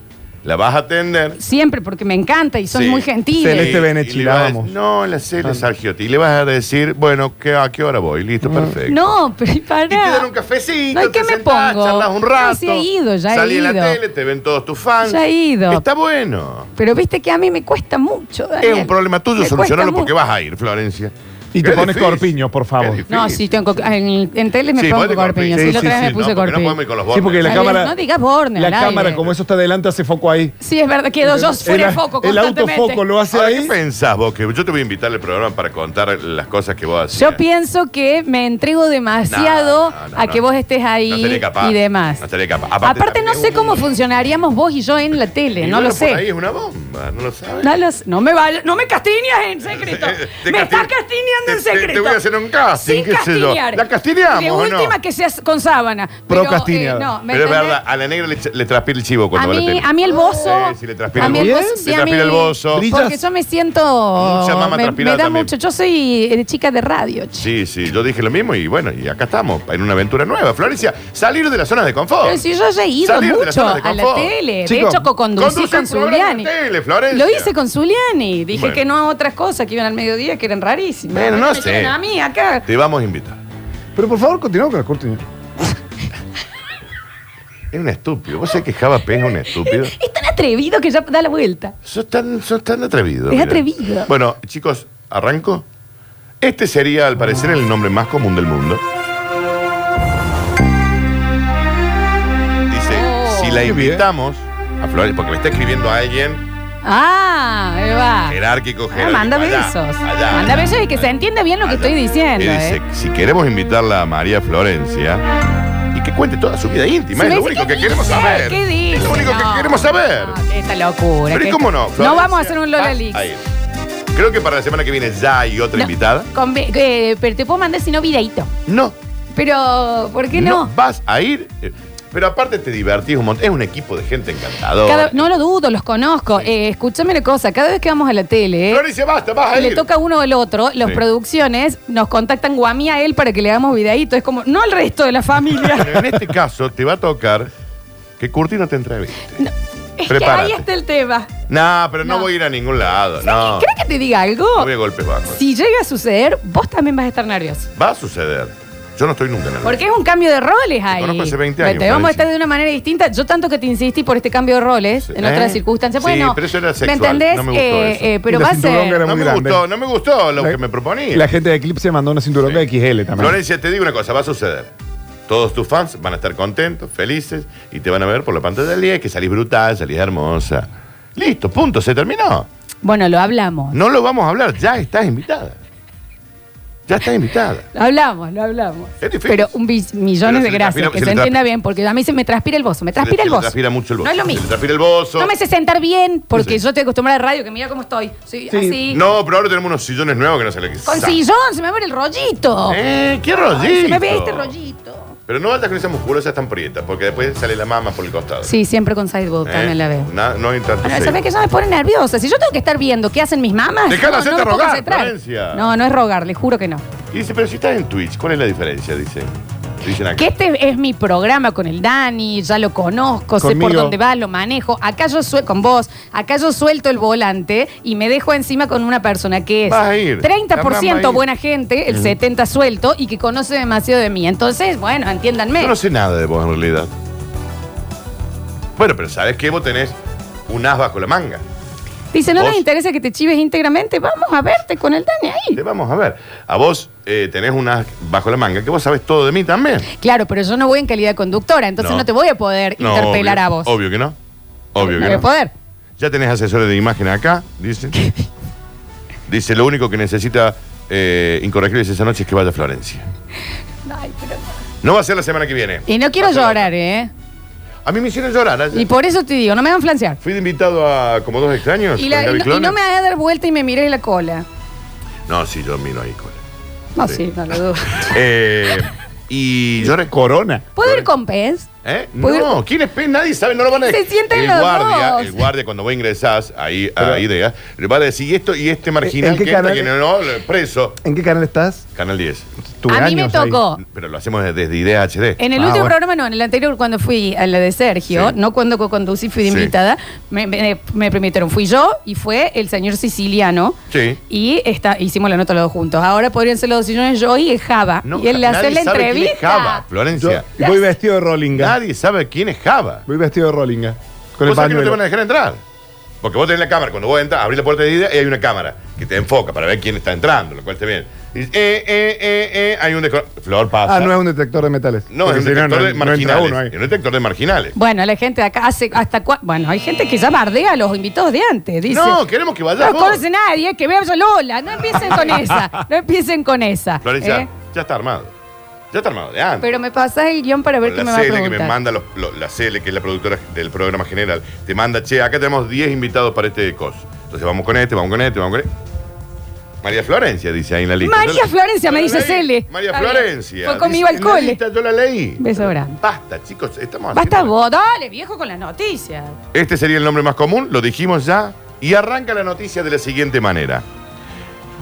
[SPEAKER 2] la vas a atender.
[SPEAKER 1] Siempre, porque me encanta y son
[SPEAKER 2] Sí.
[SPEAKER 1] muy gentiles.
[SPEAKER 3] Celeste
[SPEAKER 2] Y- y
[SPEAKER 3] Benechi,
[SPEAKER 2] le
[SPEAKER 3] este la
[SPEAKER 2] vas a decir,
[SPEAKER 3] vamos. Mm.
[SPEAKER 2] No, la Cele es Argioti. Y le vas a decir, bueno, ¿qué- ¿a qué hora voy? Listo, perfecto.
[SPEAKER 1] No, pero y pará.
[SPEAKER 2] Y te dan un cafecito,
[SPEAKER 1] No, ¿y qué
[SPEAKER 2] te
[SPEAKER 1] me
[SPEAKER 2] sentás,
[SPEAKER 1] pongo?
[SPEAKER 2] charlas un
[SPEAKER 1] No,
[SPEAKER 2] rato.
[SPEAKER 1] sí he ido, ya he
[SPEAKER 2] salí en
[SPEAKER 1] ido.
[SPEAKER 2] la tele, te ven todos tus fans.
[SPEAKER 1] Ya he ido.
[SPEAKER 2] Está bueno.
[SPEAKER 1] Pero viste que a mí me cuesta mucho, Daniel.
[SPEAKER 2] Es un problema tuyo
[SPEAKER 1] Me
[SPEAKER 2] solucionarlo
[SPEAKER 1] cuesta
[SPEAKER 2] porque
[SPEAKER 1] mucho.
[SPEAKER 2] vas a ir, Florencia.
[SPEAKER 3] Y te
[SPEAKER 2] Qué
[SPEAKER 3] pones
[SPEAKER 2] difícil.
[SPEAKER 3] corpiño, por favor.
[SPEAKER 2] Qué
[SPEAKER 1] No,
[SPEAKER 2] difícil.
[SPEAKER 1] sí, tengo, en, en tele me
[SPEAKER 2] Sí,
[SPEAKER 1] pongo
[SPEAKER 2] ponete
[SPEAKER 1] corpiño.
[SPEAKER 2] corpiño.
[SPEAKER 1] Sí,
[SPEAKER 3] Sí,
[SPEAKER 1] la otra
[SPEAKER 3] sí,
[SPEAKER 1] vez
[SPEAKER 3] sí,
[SPEAKER 1] me puse
[SPEAKER 2] no, porque
[SPEAKER 1] corpiño.
[SPEAKER 2] No podemos ir con los
[SPEAKER 3] Sí, porque la
[SPEAKER 1] Está
[SPEAKER 2] bornes.
[SPEAKER 1] bien,
[SPEAKER 3] cámara.
[SPEAKER 1] no digas borne
[SPEAKER 3] La
[SPEAKER 1] al aire.
[SPEAKER 3] cámara, como eso está adelante, hace foco ahí.
[SPEAKER 1] Sí, es verdad, quedo yo fuera de
[SPEAKER 3] El-
[SPEAKER 1] foco
[SPEAKER 3] El
[SPEAKER 1] constantemente.
[SPEAKER 3] autofoco lo hace
[SPEAKER 2] Ahora, ¿Qué
[SPEAKER 3] ahí.
[SPEAKER 2] pensás vos? Que yo te voy a invitar al programa para contar las cosas que vos hacías.
[SPEAKER 1] Yo pienso que me entrego demasiado
[SPEAKER 2] No, no, no,
[SPEAKER 1] a que
[SPEAKER 2] no.
[SPEAKER 1] vos estés ahí
[SPEAKER 2] No sería capaz.
[SPEAKER 1] y demás.
[SPEAKER 2] No sería capaz.
[SPEAKER 1] Aparte, no
[SPEAKER 2] también
[SPEAKER 1] sé cómo
[SPEAKER 2] uno-
[SPEAKER 1] funcionaríamos vos y yo en la tele,
[SPEAKER 2] Y
[SPEAKER 1] no
[SPEAKER 2] bueno,
[SPEAKER 1] lo
[SPEAKER 2] Por ahí
[SPEAKER 1] sé.
[SPEAKER 2] es una bomba, no lo sabes.
[SPEAKER 1] No, los- no me vayas, no me castiñas en secreto.
[SPEAKER 2] Eh, te
[SPEAKER 1] me
[SPEAKER 2] casti-
[SPEAKER 1] estás castiñando
[SPEAKER 2] te-
[SPEAKER 1] en
[SPEAKER 2] te-
[SPEAKER 1] secreto.
[SPEAKER 2] te voy a hacer un casting,
[SPEAKER 1] Sin
[SPEAKER 2] qué sé yo.
[SPEAKER 1] castiñar.
[SPEAKER 2] ¿La castiñamos
[SPEAKER 1] De
[SPEAKER 2] o no?
[SPEAKER 1] última que seas con sábana. Pero,
[SPEAKER 3] Procrastineada.
[SPEAKER 1] eh, no, ¿me
[SPEAKER 2] Pero es
[SPEAKER 1] entendés?
[SPEAKER 2] verdad, a la negra le, ch- le transpira el chivo
[SPEAKER 1] A
[SPEAKER 2] cuando va a la
[SPEAKER 1] mí,
[SPEAKER 2] tele.
[SPEAKER 1] a mí el bozo.
[SPEAKER 2] Eh, sí, le transpira
[SPEAKER 1] a
[SPEAKER 2] el
[SPEAKER 1] mí el
[SPEAKER 3] bozo.
[SPEAKER 1] bozo.
[SPEAKER 2] Le
[SPEAKER 1] sí, a
[SPEAKER 2] transpira
[SPEAKER 1] mí-
[SPEAKER 2] el bozo.
[SPEAKER 1] Porque
[SPEAKER 3] Brillas.
[SPEAKER 1] yo me siento.
[SPEAKER 2] Mucha mama
[SPEAKER 1] me,
[SPEAKER 2] transpirada
[SPEAKER 1] me da
[SPEAKER 2] también.
[SPEAKER 1] mucho. Yo soy eh, chica de radio. che.
[SPEAKER 2] Sí, sí, yo dije lo mismo y bueno, y acá estamos, en una aventura nueva. Florencia, salir de las zonas de confort.
[SPEAKER 1] Pero si yo ya he ido
[SPEAKER 2] Salir de la
[SPEAKER 1] mucho
[SPEAKER 2] zona de
[SPEAKER 1] a la
[SPEAKER 2] confort.
[SPEAKER 1] tele. de
[SPEAKER 3] Chicos,
[SPEAKER 1] hecho, co-conducí
[SPEAKER 2] conduce
[SPEAKER 1] con
[SPEAKER 2] un programa de
[SPEAKER 1] Zuliani.
[SPEAKER 2] tele, Florencia.
[SPEAKER 1] Lo hice con Zuliani. Dije
[SPEAKER 2] Bueno.
[SPEAKER 1] que no a otras cosas que iban al mediodía que eran rarísimas.
[SPEAKER 2] Bueno, no
[SPEAKER 1] Me
[SPEAKER 2] sé.
[SPEAKER 1] tienen A mí, acá.
[SPEAKER 2] Te vamos a invitar.
[SPEAKER 3] Pero por favor, continuamos con el corpiño.
[SPEAKER 2] Es un estúpido. ¿Vos sabés que Java P es
[SPEAKER 1] [LAUGHS]
[SPEAKER 2] un estúpido?
[SPEAKER 1] Es tan atrevido que ya da la vuelta.
[SPEAKER 2] Sos tan, sos tan atrevido.
[SPEAKER 1] Es atrevido.
[SPEAKER 2] Bueno, chicos, ¿arranco? Este sería, al parecer, el nombre más común del mundo. Dice,
[SPEAKER 1] Oh.
[SPEAKER 2] si la
[SPEAKER 3] Qué bien.
[SPEAKER 2] invitamos a Flores, porque me está escribiendo a alguien
[SPEAKER 1] Ah, ahí va.
[SPEAKER 2] [LAUGHS] jerárquico,
[SPEAKER 1] Ah,
[SPEAKER 2] jerárquico.
[SPEAKER 1] manda
[SPEAKER 2] allá,
[SPEAKER 1] besos.
[SPEAKER 2] allá,
[SPEAKER 1] manda
[SPEAKER 2] allá,
[SPEAKER 1] besos y que se entienda bien lo que
[SPEAKER 2] allá.
[SPEAKER 1] estoy diciendo.
[SPEAKER 2] Y dice,
[SPEAKER 1] eh.
[SPEAKER 2] si queremos invitarla a María Florencia y que cuente toda su vida íntima,
[SPEAKER 1] Si me
[SPEAKER 2] es lo
[SPEAKER 1] dice,
[SPEAKER 2] único
[SPEAKER 1] ¿qué
[SPEAKER 2] que queremos
[SPEAKER 1] dice?
[SPEAKER 2] saber.
[SPEAKER 1] ¿Qué dice?
[SPEAKER 2] Es lo único
[SPEAKER 1] No.
[SPEAKER 2] que queremos saber.
[SPEAKER 1] No, que esta locura.
[SPEAKER 2] Pero ¿y
[SPEAKER 1] que-
[SPEAKER 2] cómo no?
[SPEAKER 1] No
[SPEAKER 2] Florencia?
[SPEAKER 1] vamos a hacer un Lola
[SPEAKER 2] Vas
[SPEAKER 1] Leaks.
[SPEAKER 2] a ir. Creo que para la semana que viene ya hay otra
[SPEAKER 1] No,
[SPEAKER 2] invitada.
[SPEAKER 1] con ve- eh, pero te puedo mandar si no videito.
[SPEAKER 2] No.
[SPEAKER 1] Pero, ¿por qué no?
[SPEAKER 2] Vas a ir. eh, Pero aparte te divertís un montón. Es un equipo de gente encantadora.
[SPEAKER 1] Cada- no lo dudo, los conozco. Eh, escúchame una cosa, cada vez que vamos a la tele, eh,
[SPEAKER 2] Florencia, basta, vas a
[SPEAKER 1] y le
[SPEAKER 2] ir.
[SPEAKER 1] toca a uno o al otro, los
[SPEAKER 2] Sí.
[SPEAKER 1] producciones nos contactan guami a él para que le hagamos videíto. Es como, no al resto de la
[SPEAKER 2] [LAUGHS]
[SPEAKER 1] familia.
[SPEAKER 2] Pero en este caso te va a tocar que Curti no te entreviste. No,
[SPEAKER 1] es
[SPEAKER 2] Prepárate.
[SPEAKER 1] que ahí está el tema.
[SPEAKER 2] pero no.
[SPEAKER 1] No.
[SPEAKER 2] voy a ir a ningún lado. No.
[SPEAKER 1] ¿Crees que te diga algo?
[SPEAKER 2] No voy a golpes bajos.
[SPEAKER 1] Si llega a suceder, vos también vas a estar nervioso.
[SPEAKER 2] Va a suceder. Yo no estoy nunca en la
[SPEAKER 1] Porque es un cambio de roles ahí.
[SPEAKER 2] conozco hace 20
[SPEAKER 1] Vete,
[SPEAKER 2] años,
[SPEAKER 1] vamos a
[SPEAKER 2] Florencia.
[SPEAKER 1] estar de una manera distinta. Yo tanto que te insistí por este cambio de roles en
[SPEAKER 2] ¿Eh?
[SPEAKER 1] otras circunstancias.
[SPEAKER 2] Sí,
[SPEAKER 1] Bueno,
[SPEAKER 2] pero eso era
[SPEAKER 1] ¿me
[SPEAKER 2] sexual,
[SPEAKER 1] entendés?
[SPEAKER 2] no me gustó
[SPEAKER 1] Eh,
[SPEAKER 2] eso.
[SPEAKER 1] eh, pero
[SPEAKER 3] Y la
[SPEAKER 1] va a
[SPEAKER 3] cinturón
[SPEAKER 1] ser.
[SPEAKER 3] era
[SPEAKER 2] No
[SPEAKER 3] muy
[SPEAKER 2] me
[SPEAKER 3] grande.
[SPEAKER 2] gustó, no me gustó lo
[SPEAKER 3] La-
[SPEAKER 2] que me proponía.
[SPEAKER 3] La gente de Eclipse mandó una cinturón de XL también.
[SPEAKER 2] Florencia, te digo una cosa, va a suceder. Todos tus fans van a estar contentos, felices y te van a ver por la pantalla del día que salís brutal, salís hermosa. Listo, punto, se terminó.
[SPEAKER 1] Bueno, lo hablamos.
[SPEAKER 2] No lo vamos a hablar, ya estás invitada. Ya estás invitada.
[SPEAKER 1] Lo hablamos, lo hablamos.
[SPEAKER 2] Es difícil.
[SPEAKER 1] Pero un bis- millones
[SPEAKER 2] Pero se
[SPEAKER 1] de
[SPEAKER 2] le
[SPEAKER 1] gracias,
[SPEAKER 2] transpira-
[SPEAKER 1] que se,
[SPEAKER 2] se le
[SPEAKER 1] entienda
[SPEAKER 2] transpira-
[SPEAKER 1] bien, porque a mí se me transpira el bozo, me transpira el
[SPEAKER 2] Se le- se le
[SPEAKER 1] bozo.
[SPEAKER 2] Transpira mucho el bozo.
[SPEAKER 1] No es lo
[SPEAKER 2] Se le
[SPEAKER 1] mismo.
[SPEAKER 2] transpira el bozo.
[SPEAKER 1] No me sé sentar bien, porque
[SPEAKER 2] Sí, sí.
[SPEAKER 1] yo estoy acostumbrada a radio, que mira cómo estoy. Soy así.
[SPEAKER 2] No, pero ahora tenemos unos sillones nuevos que no se le
[SPEAKER 1] Con
[SPEAKER 2] sabe.
[SPEAKER 1] sillón, se me abre el rollito.
[SPEAKER 2] Eh, qué
[SPEAKER 1] Ay,
[SPEAKER 2] rollito.
[SPEAKER 1] se me ve este rollito.
[SPEAKER 2] Pero no vayas con esas musculosas tan prietas, porque después sale la mama por el costado.
[SPEAKER 1] Sí, siempre con sideboard
[SPEAKER 2] ¿Eh?
[SPEAKER 1] también la veo.
[SPEAKER 2] Na- no hay tanto
[SPEAKER 1] Bueno,
[SPEAKER 2] sello.
[SPEAKER 1] ¿sabes que ya me pone nerviosa? Si yo tengo que estar viendo qué hacen mis mamás.
[SPEAKER 2] Dejala hacerte
[SPEAKER 1] me puedo
[SPEAKER 2] rogar,
[SPEAKER 1] concentrar.
[SPEAKER 2] Florencia.
[SPEAKER 1] No, no es rogar, le juro que no.
[SPEAKER 2] Y dice, pero si estás en Twitch, ¿cuál es la diferencia? Dice. Dicen acá.
[SPEAKER 1] Que este es mi programa con el Dani, ya lo conozco, sé por
[SPEAKER 3] Conmigo.
[SPEAKER 1] dónde va, lo manejo. Acá yo suelto con vos, acá yo suelto el volante y me dejo encima con una persona que es
[SPEAKER 2] Vas a ir, jamás vas a
[SPEAKER 1] 30%
[SPEAKER 2] ir.
[SPEAKER 1] buena gente, el 70% suelto y que conoce demasiado de mí. Entonces, bueno, entiéndanme.
[SPEAKER 2] Yo no sé nada de vos en realidad. Bueno, pero ¿sabes qué? Vos tenés un as bajo la manga.
[SPEAKER 1] Dice, ¿no
[SPEAKER 2] vos-
[SPEAKER 1] les interesa que te chives íntegramente? Vamos a verte con el Dani ahí.
[SPEAKER 2] Te vamos a ver. A vos eh, tenés un as bajo la manga que vos sabés todo de mí también.
[SPEAKER 1] Claro, pero yo no voy en calidad de conductora, entonces no,
[SPEAKER 2] No.
[SPEAKER 1] te voy a poder
[SPEAKER 2] No,
[SPEAKER 1] interpelar
[SPEAKER 2] obvio,
[SPEAKER 1] a vos.
[SPEAKER 2] Obvio que no. Obvio
[SPEAKER 1] no
[SPEAKER 2] que
[SPEAKER 1] voy a
[SPEAKER 2] no.
[SPEAKER 1] poder.
[SPEAKER 2] Ya tenés asesores de imagen acá,
[SPEAKER 1] [LAUGHS]
[SPEAKER 2] dice. dice, lo único que necesita eh, Incorregibles esa noche es que vaya a Florencia.
[SPEAKER 1] Ay, pero-
[SPEAKER 2] No va a ser la semana que viene.
[SPEAKER 1] Y no quiero
[SPEAKER 2] Va a ser la
[SPEAKER 1] llorar, ¿eh?
[SPEAKER 2] otra. A mí me hicieron llorar. ayer.
[SPEAKER 1] Y por eso te digo, no me van a flancear.
[SPEAKER 2] Fui de invitado a como dos extraños.
[SPEAKER 1] Y,
[SPEAKER 2] Pues con
[SPEAKER 1] la- y
[SPEAKER 2] Gaby
[SPEAKER 1] no, y
[SPEAKER 2] Clona.
[SPEAKER 1] no me hagas dar vuelta y me miré la cola.
[SPEAKER 2] No, sí, yo miro ahí con
[SPEAKER 1] No, sí,
[SPEAKER 2] [LAUGHS] Sí.
[SPEAKER 1] no lo dudo.
[SPEAKER 2] Eh, y lloré.
[SPEAKER 3] Corona.
[SPEAKER 1] ¿Puedo ir con pez?
[SPEAKER 2] ¿Eh?
[SPEAKER 1] ¿Puedo ir?
[SPEAKER 2] No, ¿quién es Pez? Nadie sabe, no lo van a
[SPEAKER 1] Se sienten
[SPEAKER 2] el
[SPEAKER 1] los
[SPEAKER 2] guardia,
[SPEAKER 1] dos.
[SPEAKER 2] El guardia, cuando vos ingresás ahí a Idea, le va a decir esto y este marginal
[SPEAKER 3] ¿En qué
[SPEAKER 2] que entra,
[SPEAKER 3] canal?
[SPEAKER 2] que no, no, lo- preso.
[SPEAKER 3] ¿En qué canal estás?
[SPEAKER 2] Canal 10.
[SPEAKER 3] Tuve
[SPEAKER 1] A mí me
[SPEAKER 3] años ahí.
[SPEAKER 1] tocó.
[SPEAKER 2] Pero lo hacemos desde Idea HD.
[SPEAKER 1] Ah. En el
[SPEAKER 3] Ah,
[SPEAKER 1] último
[SPEAKER 3] bueno.
[SPEAKER 1] programa, no, en el anterior, cuando fui a la de Sergio,
[SPEAKER 2] Sí.
[SPEAKER 1] no cuando co-conducí, fui de
[SPEAKER 2] Sí.
[SPEAKER 1] invitada, me, me- me permitieron. Fui yo y fue el señor siciliano.
[SPEAKER 2] Sí.
[SPEAKER 1] Y está, hicimos la nota los dos juntos. Ahora podrían ser los dos sillones yo y el Java.
[SPEAKER 2] No,
[SPEAKER 1] y él le
[SPEAKER 2] nadie
[SPEAKER 1] hace la
[SPEAKER 2] sabe quién es
[SPEAKER 1] entrevista.
[SPEAKER 2] Java,
[SPEAKER 3] Yo
[SPEAKER 2] Florencia. Ah,
[SPEAKER 3] voy vestido de Rollinga.
[SPEAKER 2] Nadie sabe quién es Java.
[SPEAKER 3] Voy vestido de Rollinga. Con el
[SPEAKER 2] Cosas que no te
[SPEAKER 3] pañuelo.
[SPEAKER 2] van a dejar entrar. Porque vos tenés la cámara, cuando vos entras, abrís la puerta de idea y hay una cámara que te enfoca para ver quién está entrando, lo cual está bien. Y dices, eh, eh, eh, eh, hay un decor- Flor pasa.
[SPEAKER 3] Ah, no es un detector de metales.
[SPEAKER 2] No,
[SPEAKER 3] Porque
[SPEAKER 2] es un
[SPEAKER 3] si
[SPEAKER 2] detector de
[SPEAKER 3] no entra
[SPEAKER 2] marginales.
[SPEAKER 3] uno ahí.
[SPEAKER 2] es un detector de marginales.
[SPEAKER 1] Bueno, la gente de acá hace hasta cua- Bueno, hay gente que ya bardea a los invitados de antes. Dice,
[SPEAKER 2] [LAUGHS] No, queremos que vayas
[SPEAKER 1] No
[SPEAKER 2] vos.
[SPEAKER 1] conoce nadie, que vea yo Lola. No empiecen
[SPEAKER 2] [LAUGHS]
[SPEAKER 1] con esa. No empiecen con esa.
[SPEAKER 2] Florencia,
[SPEAKER 1] ¿eh?
[SPEAKER 2] ya está armado. Ya está armado de antes.
[SPEAKER 1] Pero me pasás el guión para ver qué
[SPEAKER 2] la
[SPEAKER 1] me va a
[SPEAKER 2] Cele que
[SPEAKER 1] preguntar.
[SPEAKER 2] me manda los- lo- la Cele, que es la productora del programa general, te manda, che, acá tenemos 10 invitados para este cos. Entonces vamos con este, vamos con este, vamos con este. María Florencia dice ahí en la lista.
[SPEAKER 1] María
[SPEAKER 2] Yo la-
[SPEAKER 1] Florencia,
[SPEAKER 2] yo
[SPEAKER 1] me
[SPEAKER 2] la
[SPEAKER 1] dice
[SPEAKER 2] leí.
[SPEAKER 1] Cele.
[SPEAKER 2] María
[SPEAKER 1] Está bien.
[SPEAKER 2] Florencia.
[SPEAKER 1] Fue conmigo
[SPEAKER 2] dice
[SPEAKER 1] al
[SPEAKER 2] en la
[SPEAKER 1] cole.
[SPEAKER 2] lista, yo la leí.
[SPEAKER 1] Beso grande.
[SPEAKER 2] Basta, chicos, estamos
[SPEAKER 1] Basta
[SPEAKER 2] haciendo-
[SPEAKER 1] vos, dale, viejo, con las noticias.
[SPEAKER 2] Este sería el nombre más común, lo dijimos ya. Y arranca la noticia de la siguiente manera.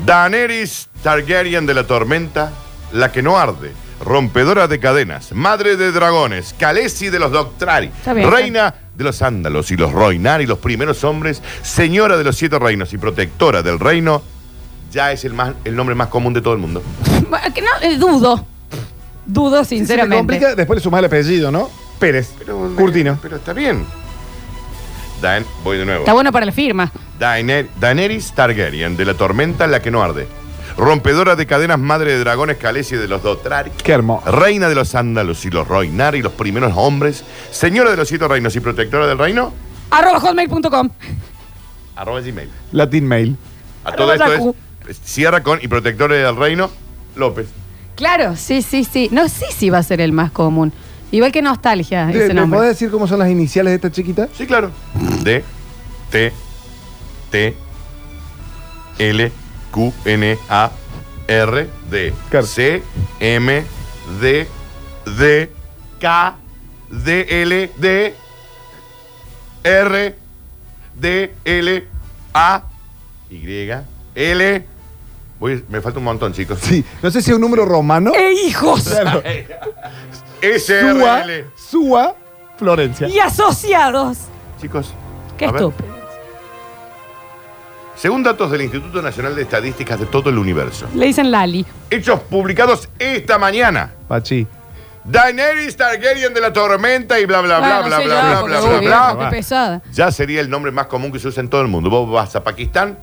[SPEAKER 2] Daenerys Targaryen de la Tormenta, la que no arde, rompedora de cadenas, madre de dragones, Khaleesi de los Doctrari,
[SPEAKER 1] Está bien,
[SPEAKER 2] reina de los Ándalos y los Roinar y los primeros hombres, señora de los siete reinos y protectora del reino, ya es el, más, el nombre más común de todo el mundo.
[SPEAKER 1] Que [LAUGHS] No, eh, dudo. Dudo,
[SPEAKER 3] Se me
[SPEAKER 1] sinceramente.
[SPEAKER 3] complica, después le sumás el apellido, ¿no? Pérez.
[SPEAKER 2] Pero,
[SPEAKER 3] Curtino.
[SPEAKER 2] Pero está bien. Daen, voy de nuevo.
[SPEAKER 1] Está bueno para la firma.
[SPEAKER 2] Daener- Daenerys Targaryen, de la tormenta la que no arde. Rompedora de cadenas, madre de dragones, Khaleesi de los Dothraki.
[SPEAKER 3] Qué hermoso.
[SPEAKER 2] Reina de los Ándalos y los Roinar y los primeros hombres. Señora de los siete reinos y protectora del reino.
[SPEAKER 1] Arroba hotmail.com.
[SPEAKER 2] Arroba Gmail.
[SPEAKER 3] Latin Mail.
[SPEAKER 2] A todo esto
[SPEAKER 1] Yaku.
[SPEAKER 2] es cierra con y protectora del reino, López.
[SPEAKER 1] Claro, sí, sí, sí. No sé si va a ser el más común. Igual que nostalgia
[SPEAKER 3] ¿Le
[SPEAKER 1] ese
[SPEAKER 3] ¿Me
[SPEAKER 1] nombre.
[SPEAKER 3] podés decir cómo son las iniciales de esta chiquita?
[SPEAKER 2] Sí, claro. D, T, T, L, Q, N, A, R, D,
[SPEAKER 3] Claro.
[SPEAKER 2] C, M, D, D, K, D, L, D, R, D, L, A, Y, L. Voy- me falta un montón, chicos.
[SPEAKER 3] Sí. No sé si es un número romano.
[SPEAKER 1] ¡Eh, hijos!
[SPEAKER 3] Claro.
[SPEAKER 2] Eh, S, R,
[SPEAKER 3] Sua,
[SPEAKER 2] L.
[SPEAKER 3] Sua, Florencia.
[SPEAKER 1] Y asociados.
[SPEAKER 2] Chicos.
[SPEAKER 1] Qué
[SPEAKER 2] a ver.
[SPEAKER 1] estúpido.
[SPEAKER 2] Según datos del Instituto Nacional de Estadísticas de todo el universo.
[SPEAKER 1] Le dicen Lali.
[SPEAKER 2] Hechos publicados esta mañana.
[SPEAKER 3] Pachi.
[SPEAKER 2] Daenerys Targaryen de la Tormenta y bla, bla, bla,
[SPEAKER 1] Bueno,
[SPEAKER 2] bla,
[SPEAKER 1] sí,
[SPEAKER 2] bla,
[SPEAKER 1] ya,
[SPEAKER 2] bla,
[SPEAKER 1] porque
[SPEAKER 2] bla,
[SPEAKER 1] vos,
[SPEAKER 2] bla, bla,
[SPEAKER 1] viejo, qué pesada.
[SPEAKER 2] Ya sería el nombre más común que se usa en todo el mundo. Vos vas a Pakistán,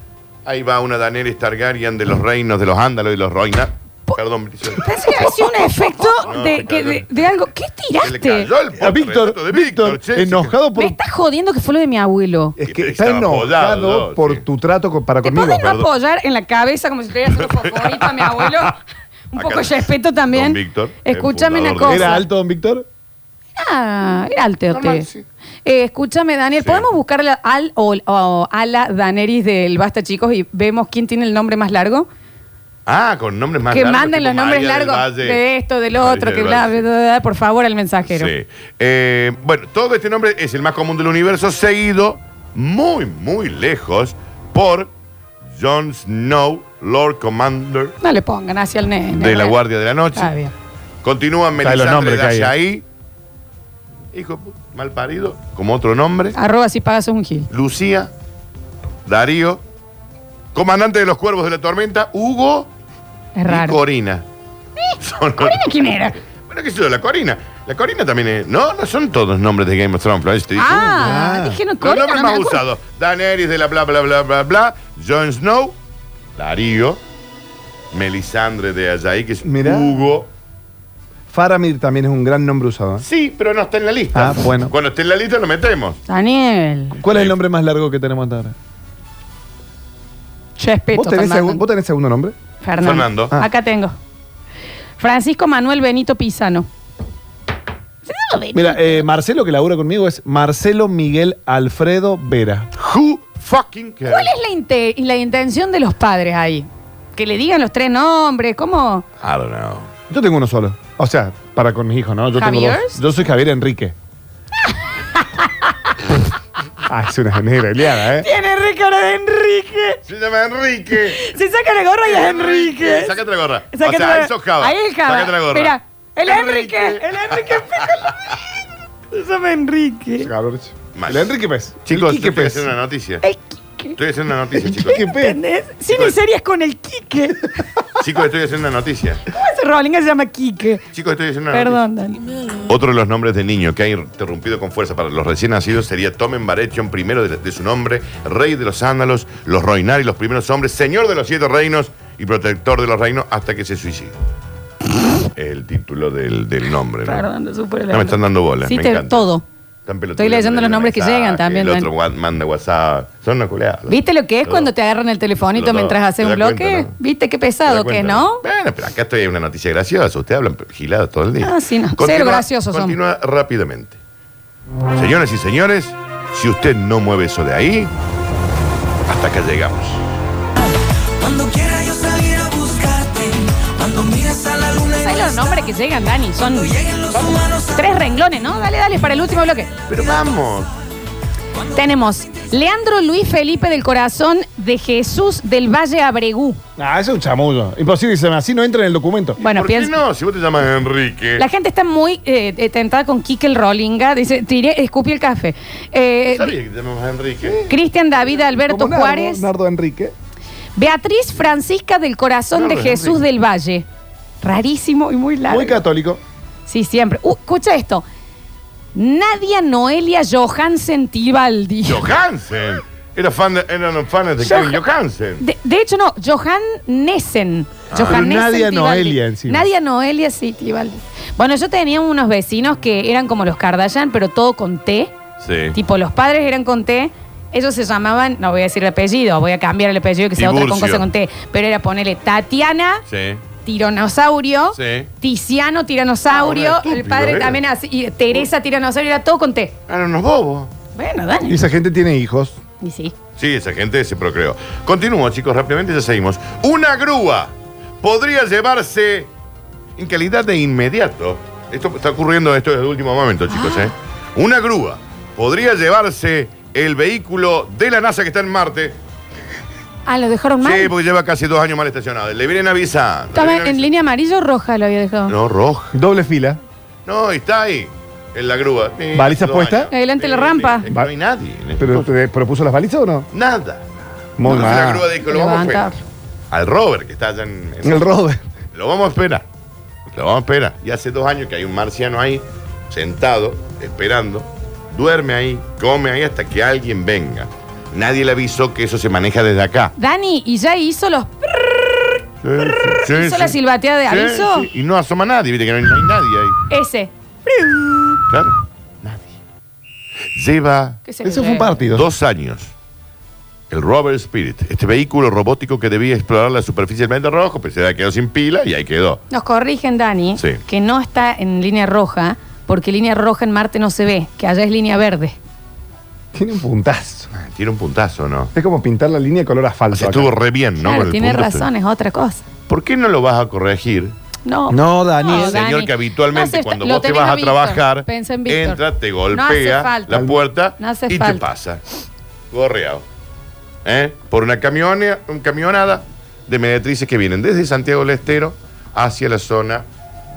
[SPEAKER 2] ahí va una Daenerys Targaryen de los reinos de los Ándalos y los Roinas. Perdón, Bricio.
[SPEAKER 1] Pensé que hacía un efecto
[SPEAKER 2] No,
[SPEAKER 1] de,
[SPEAKER 2] se
[SPEAKER 1] que-
[SPEAKER 2] cayó.
[SPEAKER 1] de- de algo. ¿Qué
[SPEAKER 2] Se
[SPEAKER 1] tiraste?
[SPEAKER 2] le cayó el
[SPEAKER 3] A Víctor,
[SPEAKER 2] portreto de
[SPEAKER 3] Víctor,
[SPEAKER 2] che,
[SPEAKER 3] enojado por.
[SPEAKER 1] Me estás jodiendo que fue lo de mi abuelo.
[SPEAKER 3] Es que
[SPEAKER 2] Estaba
[SPEAKER 3] está
[SPEAKER 2] apoyado,
[SPEAKER 3] enojado por
[SPEAKER 2] sí.
[SPEAKER 3] tu trato con- para
[SPEAKER 1] ¿Te
[SPEAKER 3] conmigo.
[SPEAKER 1] podés no
[SPEAKER 2] perdón.
[SPEAKER 1] apoyar en la cabeza como si le dieras un fosforito a mi
[SPEAKER 2] [LAUGHS]
[SPEAKER 1] abuelo? Un
[SPEAKER 2] Acá,
[SPEAKER 1] poco de respeto también.
[SPEAKER 2] don Víctor, el
[SPEAKER 1] Escúchame una
[SPEAKER 2] fundador
[SPEAKER 1] cosa.
[SPEAKER 2] de-
[SPEAKER 3] ¿Era alto, don Víctor?
[SPEAKER 1] Ah, era alteote.
[SPEAKER 2] Normal, sí.
[SPEAKER 1] Eh, escúchame, Daniel,
[SPEAKER 2] Sí.
[SPEAKER 1] ¿podemos buscar la- al o, o- a la Daneris del Basta, chicos, y vemos quién tiene el nombre más largo?
[SPEAKER 2] Ah, con nombres más
[SPEAKER 1] que
[SPEAKER 2] largos.
[SPEAKER 1] manden
[SPEAKER 2] tipo
[SPEAKER 1] los nombres
[SPEAKER 2] María del
[SPEAKER 1] largos
[SPEAKER 2] Valle.
[SPEAKER 1] de esto, del
[SPEAKER 2] María
[SPEAKER 1] otro, que
[SPEAKER 2] del
[SPEAKER 1] bla,
[SPEAKER 2] Valle.
[SPEAKER 1] bla, bla, bla, por favor, al mensajero.
[SPEAKER 2] Sí. Eh, bueno, todo este nombre es el más común del universo, seguido muy, muy lejos por Jon Snow, Lord Commander
[SPEAKER 1] No le pongan hacia el nene.
[SPEAKER 2] de la
[SPEAKER 1] bueno.
[SPEAKER 2] Guardia de la Noche.
[SPEAKER 1] Está bien.
[SPEAKER 2] Continúa
[SPEAKER 3] Sabe los
[SPEAKER 2] Melisandre
[SPEAKER 3] nombres que hay.
[SPEAKER 2] de ahí. Hijo de pu- mal parido, como otro nombre.
[SPEAKER 1] Arroba si pagas un gil.
[SPEAKER 2] Lucía, Darío, comandante de los cuervos de la tormenta, Hugo
[SPEAKER 1] Es
[SPEAKER 2] y
[SPEAKER 1] raro. Eh,
[SPEAKER 2] Corina. Son-
[SPEAKER 1] ¿Corina quién era?
[SPEAKER 2] Bueno, qué sé yo, la Corina. La Corina también es. No, no son todos nombres de Game of Thrones, Florencia, te dije.
[SPEAKER 1] Ah,
[SPEAKER 3] Ah.
[SPEAKER 1] dije no,
[SPEAKER 2] Los
[SPEAKER 1] Corina,
[SPEAKER 2] nombres
[SPEAKER 1] no me
[SPEAKER 2] más
[SPEAKER 1] acuerdo.
[SPEAKER 2] usados. Daenerys de la bla bla bla bla bla. Jon Snow. Darío. Melisandre de Ajayi, que es
[SPEAKER 3] Mirá.
[SPEAKER 2] Hugo.
[SPEAKER 3] Faramir también es un gran nombre usado. ¿eh?
[SPEAKER 2] Sí, pero no está en la lista.
[SPEAKER 3] Ah, bueno.
[SPEAKER 2] Cuando esté en la lista lo metemos.
[SPEAKER 1] Daniel.
[SPEAKER 3] ¿Cuál es el nombre más largo que tenemos hasta ahora?
[SPEAKER 1] Chespeto.
[SPEAKER 3] ¿Vos tenés,
[SPEAKER 1] Fernando.
[SPEAKER 3] segun- ¿Vos tenés segundo nombre?
[SPEAKER 1] Fernando.
[SPEAKER 2] Fernando.
[SPEAKER 3] Ah.
[SPEAKER 1] Acá tengo. Francisco Manuel Benito Pisano.
[SPEAKER 3] Mira, eh, Marcelo que labura conmigo es Marcelo Miguel Alfredo Vera.
[SPEAKER 2] Who fucking cares?
[SPEAKER 1] ¿Cuál es la, inte- y la intención de los padres ahí? Que le digan los tres nombres, ¿cómo?
[SPEAKER 2] I don't know.
[SPEAKER 3] Yo tengo uno solo. O sea, para con mis hijos, ¿no? Yo tengo
[SPEAKER 1] ¿Javier?
[SPEAKER 3] dos. Yo soy
[SPEAKER 1] [LAUGHS]
[SPEAKER 3] Javier Enrique. ah, es una negra aliada, ¿eh?
[SPEAKER 1] Tiene cara de Enrique.
[SPEAKER 2] Se llama Enrique.
[SPEAKER 1] Si saca la gorra y es Enrique.
[SPEAKER 2] Sácate la gorra.
[SPEAKER 1] Sácate
[SPEAKER 2] o sea,
[SPEAKER 1] la-
[SPEAKER 2] ahí sos Java.
[SPEAKER 1] Ahí es Java.
[SPEAKER 2] Sácate la gorra.
[SPEAKER 1] Mira, el Enrique.
[SPEAKER 2] Enrique.
[SPEAKER 1] El Enrique Piccolo. Se llama Enrique.
[SPEAKER 3] Javier.
[SPEAKER 2] Mal.
[SPEAKER 3] El Enrique pues. Pez.
[SPEAKER 2] Chicos,
[SPEAKER 3] el
[SPEAKER 2] yo
[SPEAKER 3] Quique
[SPEAKER 2] estoy
[SPEAKER 3] Pez.
[SPEAKER 2] haciendo una noticia.
[SPEAKER 1] El Quique.
[SPEAKER 2] Estoy haciendo una noticia, chicos.
[SPEAKER 3] Quique Pez.
[SPEAKER 1] ¿Entendés? Cine y
[SPEAKER 2] pues.
[SPEAKER 1] series con el Quique.
[SPEAKER 2] Chicos, estoy haciendo una noticia.
[SPEAKER 1] ¿Cómo ese Rolling que se llama Quique?
[SPEAKER 2] Chicos, estoy haciendo una noticia.
[SPEAKER 1] Perdón, Dani.
[SPEAKER 2] Otro de los nombres de niño que ha interrumpido con fuerza para los recién nacidos sería Tomen Barechion, primero de, de su nombre, rey de los sándalos, los Roinari, los primeros hombres, señor de los siete reinos y protector de los reinos hasta que se suicide. El título del, del nombre, ¿no?
[SPEAKER 1] Perdón, no supe
[SPEAKER 2] No me están dando bola.
[SPEAKER 1] Sí,
[SPEAKER 2] me
[SPEAKER 1] te-
[SPEAKER 2] encanta.
[SPEAKER 1] todo.
[SPEAKER 2] Están
[SPEAKER 1] Estoy leyendo los nombres que
[SPEAKER 2] mensajes,
[SPEAKER 1] llegan también,
[SPEAKER 2] El
[SPEAKER 1] Dan.
[SPEAKER 2] otro wa- manda WhatsApp. Son una culeada.
[SPEAKER 1] ¿Viste lo que es
[SPEAKER 2] Todo.
[SPEAKER 1] cuando te agarran el telefonito
[SPEAKER 2] Todo.
[SPEAKER 1] mientras haces
[SPEAKER 2] ¿Te
[SPEAKER 1] un
[SPEAKER 2] das
[SPEAKER 1] bloque?
[SPEAKER 2] cuenta, no?
[SPEAKER 1] ¿Viste qué
[SPEAKER 2] ¿Te das
[SPEAKER 1] pesado que es,
[SPEAKER 2] cuenta,
[SPEAKER 1] no?
[SPEAKER 2] Bueno, pero acá estoy en una noticia graciosa. Ustedes hablan giladas todo el día.
[SPEAKER 1] Ah, sí, no. Cero graciosos son.
[SPEAKER 2] Continúa rápidamente. Señoras y señores, si usted no mueve eso de ahí, hasta acá llegamos.
[SPEAKER 5] Cuando quiera yo salir a buscarte, cuando mires a la luna y
[SPEAKER 1] ¿Sabes los nombres que llegan, Dani? Son
[SPEAKER 5] lleguen los humanos a
[SPEAKER 1] tres renglones, ¿no? Dale, dale, para el último bloque.
[SPEAKER 2] Pero vamos.
[SPEAKER 1] Tenemos Leandro Luis Felipe del Corazón de Jesús del Valle Abregú.
[SPEAKER 3] Ah, eso es un chamullo. Imposible que se llame así, no entra en el documento.
[SPEAKER 1] Bueno,
[SPEAKER 2] ¿Por
[SPEAKER 1] piensa.
[SPEAKER 2] qué no? Si vos te llamas Enrique.
[SPEAKER 1] La gente está muy eh, eh, tentada con Kike el Rollinga. Dice, tiré, escupí el café. Eh,
[SPEAKER 2] Sabía que te llamabas Enrique.
[SPEAKER 1] Cristian David Alberto
[SPEAKER 3] Como Nardo,
[SPEAKER 1] Juárez.
[SPEAKER 3] Nardo Enrique.
[SPEAKER 1] Beatriz Francisca del Corazón
[SPEAKER 2] Nardo
[SPEAKER 1] de Jesús
[SPEAKER 2] Enrique.
[SPEAKER 1] del Valle. Rarísimo y muy largo.
[SPEAKER 3] Muy católico.
[SPEAKER 1] Sí, siempre. Uh, escucha esto. Nadia Noelia Johansen Tibaldi.
[SPEAKER 2] Johansen. Era fan de- eran fans de
[SPEAKER 1] Johan-
[SPEAKER 2] Kevin Johansen.
[SPEAKER 1] De, de hecho, no, Johan Nessen. Johan
[SPEAKER 3] Pero Nadia
[SPEAKER 1] Tibaldi.
[SPEAKER 3] Noelia encima.
[SPEAKER 1] Nadia Noelia, sí, Tibaldi. Bueno, yo tenía unos vecinos que eran como los Kardashian, pero todo con T.
[SPEAKER 2] Sí.
[SPEAKER 1] Tipo, los padres eran con T. Ellos se llamaban, no voy a decir el apellido, voy a cambiar el apellido que sea otra con
[SPEAKER 2] Tiburcio.
[SPEAKER 1] cosa con T. Pero era ponerle Tatiana,
[SPEAKER 2] Sí.
[SPEAKER 1] Tironosaurio,
[SPEAKER 2] Sí.
[SPEAKER 1] Tiziano,
[SPEAKER 2] Ah,
[SPEAKER 1] Tiranosaurio.
[SPEAKER 2] bueno,
[SPEAKER 1] el
[SPEAKER 2] estúpido,
[SPEAKER 1] padre
[SPEAKER 2] era.
[SPEAKER 1] también así. Y Teresa, Tiranosaurio, era todo con T.
[SPEAKER 2] Eran unos bobos.
[SPEAKER 1] Bueno, Dani.
[SPEAKER 3] Y esa gente tiene hijos.
[SPEAKER 1] Y sí.
[SPEAKER 2] Sí, esa gente se procreó. Continúo, chicos, rápidamente ya seguimos. Una grúa podría llevarse en calidad de inmediato. Esto está ocurriendo, esto es de último momento, chicos,
[SPEAKER 1] Ah.
[SPEAKER 2] ¿eh? Una grúa podría llevarse el vehículo de la NASA que está en Marte.
[SPEAKER 1] Ah, lo dejaron mal.
[SPEAKER 2] Sí, porque lleva casi dos años mal estacionado. Le vienen avisando. le
[SPEAKER 1] Estaba
[SPEAKER 2] vienen
[SPEAKER 1] en
[SPEAKER 2] avisando.
[SPEAKER 1] línea amarilla o roja lo había dejado.
[SPEAKER 2] No, roja.
[SPEAKER 3] Doble fila.
[SPEAKER 2] No, está ahí, en la grúa. Sí,
[SPEAKER 3] ¿Baliza
[SPEAKER 2] hace dos
[SPEAKER 3] puesta?
[SPEAKER 2] años.
[SPEAKER 1] Adelante la
[SPEAKER 2] Sí,
[SPEAKER 1] rampa.
[SPEAKER 2] sí, es que no hay nadie. en este
[SPEAKER 3] ¿Pero
[SPEAKER 2] coso.
[SPEAKER 3] te propuso las balizas o no?
[SPEAKER 2] Nada.
[SPEAKER 3] Muy
[SPEAKER 2] Entonces la grúa
[SPEAKER 3] mal.
[SPEAKER 2] dijo, lo vamos a
[SPEAKER 1] Levanta.
[SPEAKER 2] esperar. Al Robert, que está allá en, en-
[SPEAKER 3] El Robert.
[SPEAKER 2] Lo vamos a esperar. Lo vamos a esperar. Y hace dos años que hay un marciano ahí, sentado, esperando. Duerme ahí, come ahí hasta que alguien venga. Nadie le avisó que eso se maneja desde acá.
[SPEAKER 1] Dani, y ya hizo los. [LAUGHS] ¿Hizo la silbateada de aviso?
[SPEAKER 2] sí. Y no asoma nadie, viste que no hay, no hay nadie ahí.
[SPEAKER 1] Ese.
[SPEAKER 2] Claro, nadie. Lleva
[SPEAKER 1] ¿Qué se
[SPEAKER 3] Eso
[SPEAKER 1] cree?
[SPEAKER 3] fue un partido.
[SPEAKER 2] dos años. El Rover Spirit, este vehículo robótico que debía explorar la superficie del planeta rojo, pero se quedó sin pila y ahí quedó.
[SPEAKER 1] Nos corrigen, Dani,
[SPEAKER 2] Sí.
[SPEAKER 1] que no está en línea roja, porque línea roja en Marte no se ve, que allá es línea verde.
[SPEAKER 3] Tiene un puntazo.
[SPEAKER 2] Ah, Tiene un puntazo, ¿no?
[SPEAKER 3] Es como pintar la línea de color asfalto.
[SPEAKER 2] Se
[SPEAKER 3] Pues acá.
[SPEAKER 2] estuvo re bien, ¿no?
[SPEAKER 1] claro,
[SPEAKER 2] Con el
[SPEAKER 1] tiene
[SPEAKER 2] punto este.
[SPEAKER 1] razón, es otra cosa.
[SPEAKER 2] ¿Por qué no lo vas a corregir?
[SPEAKER 1] No.
[SPEAKER 3] No, Dani.
[SPEAKER 1] No,
[SPEAKER 2] El señor
[SPEAKER 1] Dani.
[SPEAKER 2] que
[SPEAKER 1] No hace
[SPEAKER 2] habitualmente
[SPEAKER 1] fa-
[SPEAKER 2] cuando
[SPEAKER 1] lo
[SPEAKER 2] vos te
[SPEAKER 1] tenés
[SPEAKER 2] vas a
[SPEAKER 1] Víctor.
[SPEAKER 2] trabajar,
[SPEAKER 1] Pensá en Víctor.
[SPEAKER 2] entra, te
[SPEAKER 1] No hace
[SPEAKER 2] golpea
[SPEAKER 1] falta.
[SPEAKER 2] la puerta
[SPEAKER 1] No hace
[SPEAKER 2] y te
[SPEAKER 1] falta.
[SPEAKER 2] pasa. Gorreado. ¿Eh? Por una camione- un camionada de mediatrices que vienen desde Santiago del Estero hacia la zona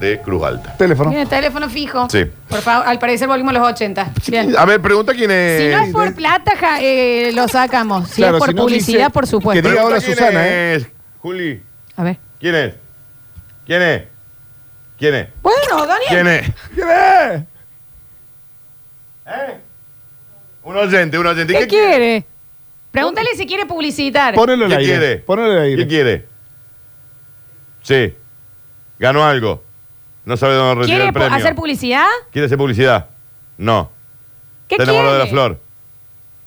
[SPEAKER 2] de Cruz Alta.
[SPEAKER 3] Teléfono.
[SPEAKER 1] Tiene teléfono fijo.
[SPEAKER 2] Sí.
[SPEAKER 1] Por favor, al parecer volvimos a los 80. Bien.
[SPEAKER 2] A ver, pregunta quién es.
[SPEAKER 1] Si no es por plata, ja, eh, lo sacamos. Si
[SPEAKER 3] Claro,
[SPEAKER 1] es por
[SPEAKER 3] si no
[SPEAKER 1] publicidad,
[SPEAKER 3] dice
[SPEAKER 1] por supuesto.
[SPEAKER 3] que diga-
[SPEAKER 2] Pregunta
[SPEAKER 3] ahora
[SPEAKER 2] quién
[SPEAKER 3] Susana,
[SPEAKER 2] es. Juli,
[SPEAKER 1] A ver.
[SPEAKER 2] ¿quién es? ¿Quién es? ¿Quién es?
[SPEAKER 1] Bueno, Dani.
[SPEAKER 2] ¿Quién es?
[SPEAKER 3] ¿Quién es?
[SPEAKER 2] ¿Eh? Un oyente, un oyente.
[SPEAKER 1] ¿Qué quiere? Pregúntale si quiere publicitar.
[SPEAKER 3] Ponelo al
[SPEAKER 2] ¿Qué
[SPEAKER 3] aire.
[SPEAKER 2] quiere?
[SPEAKER 3] Ponelo al aire.
[SPEAKER 2] ¿Qué quiere? Sí. Ganó algo. No sabe dónde retirar
[SPEAKER 1] ¿Quiere
[SPEAKER 2] el
[SPEAKER 1] pu-
[SPEAKER 2] premio.
[SPEAKER 1] hacer publicidad?
[SPEAKER 2] ¿Quiere hacer publicidad? No.
[SPEAKER 1] ¿Qué
[SPEAKER 2] Te
[SPEAKER 1] quiere?
[SPEAKER 2] enamoró de la flor. Te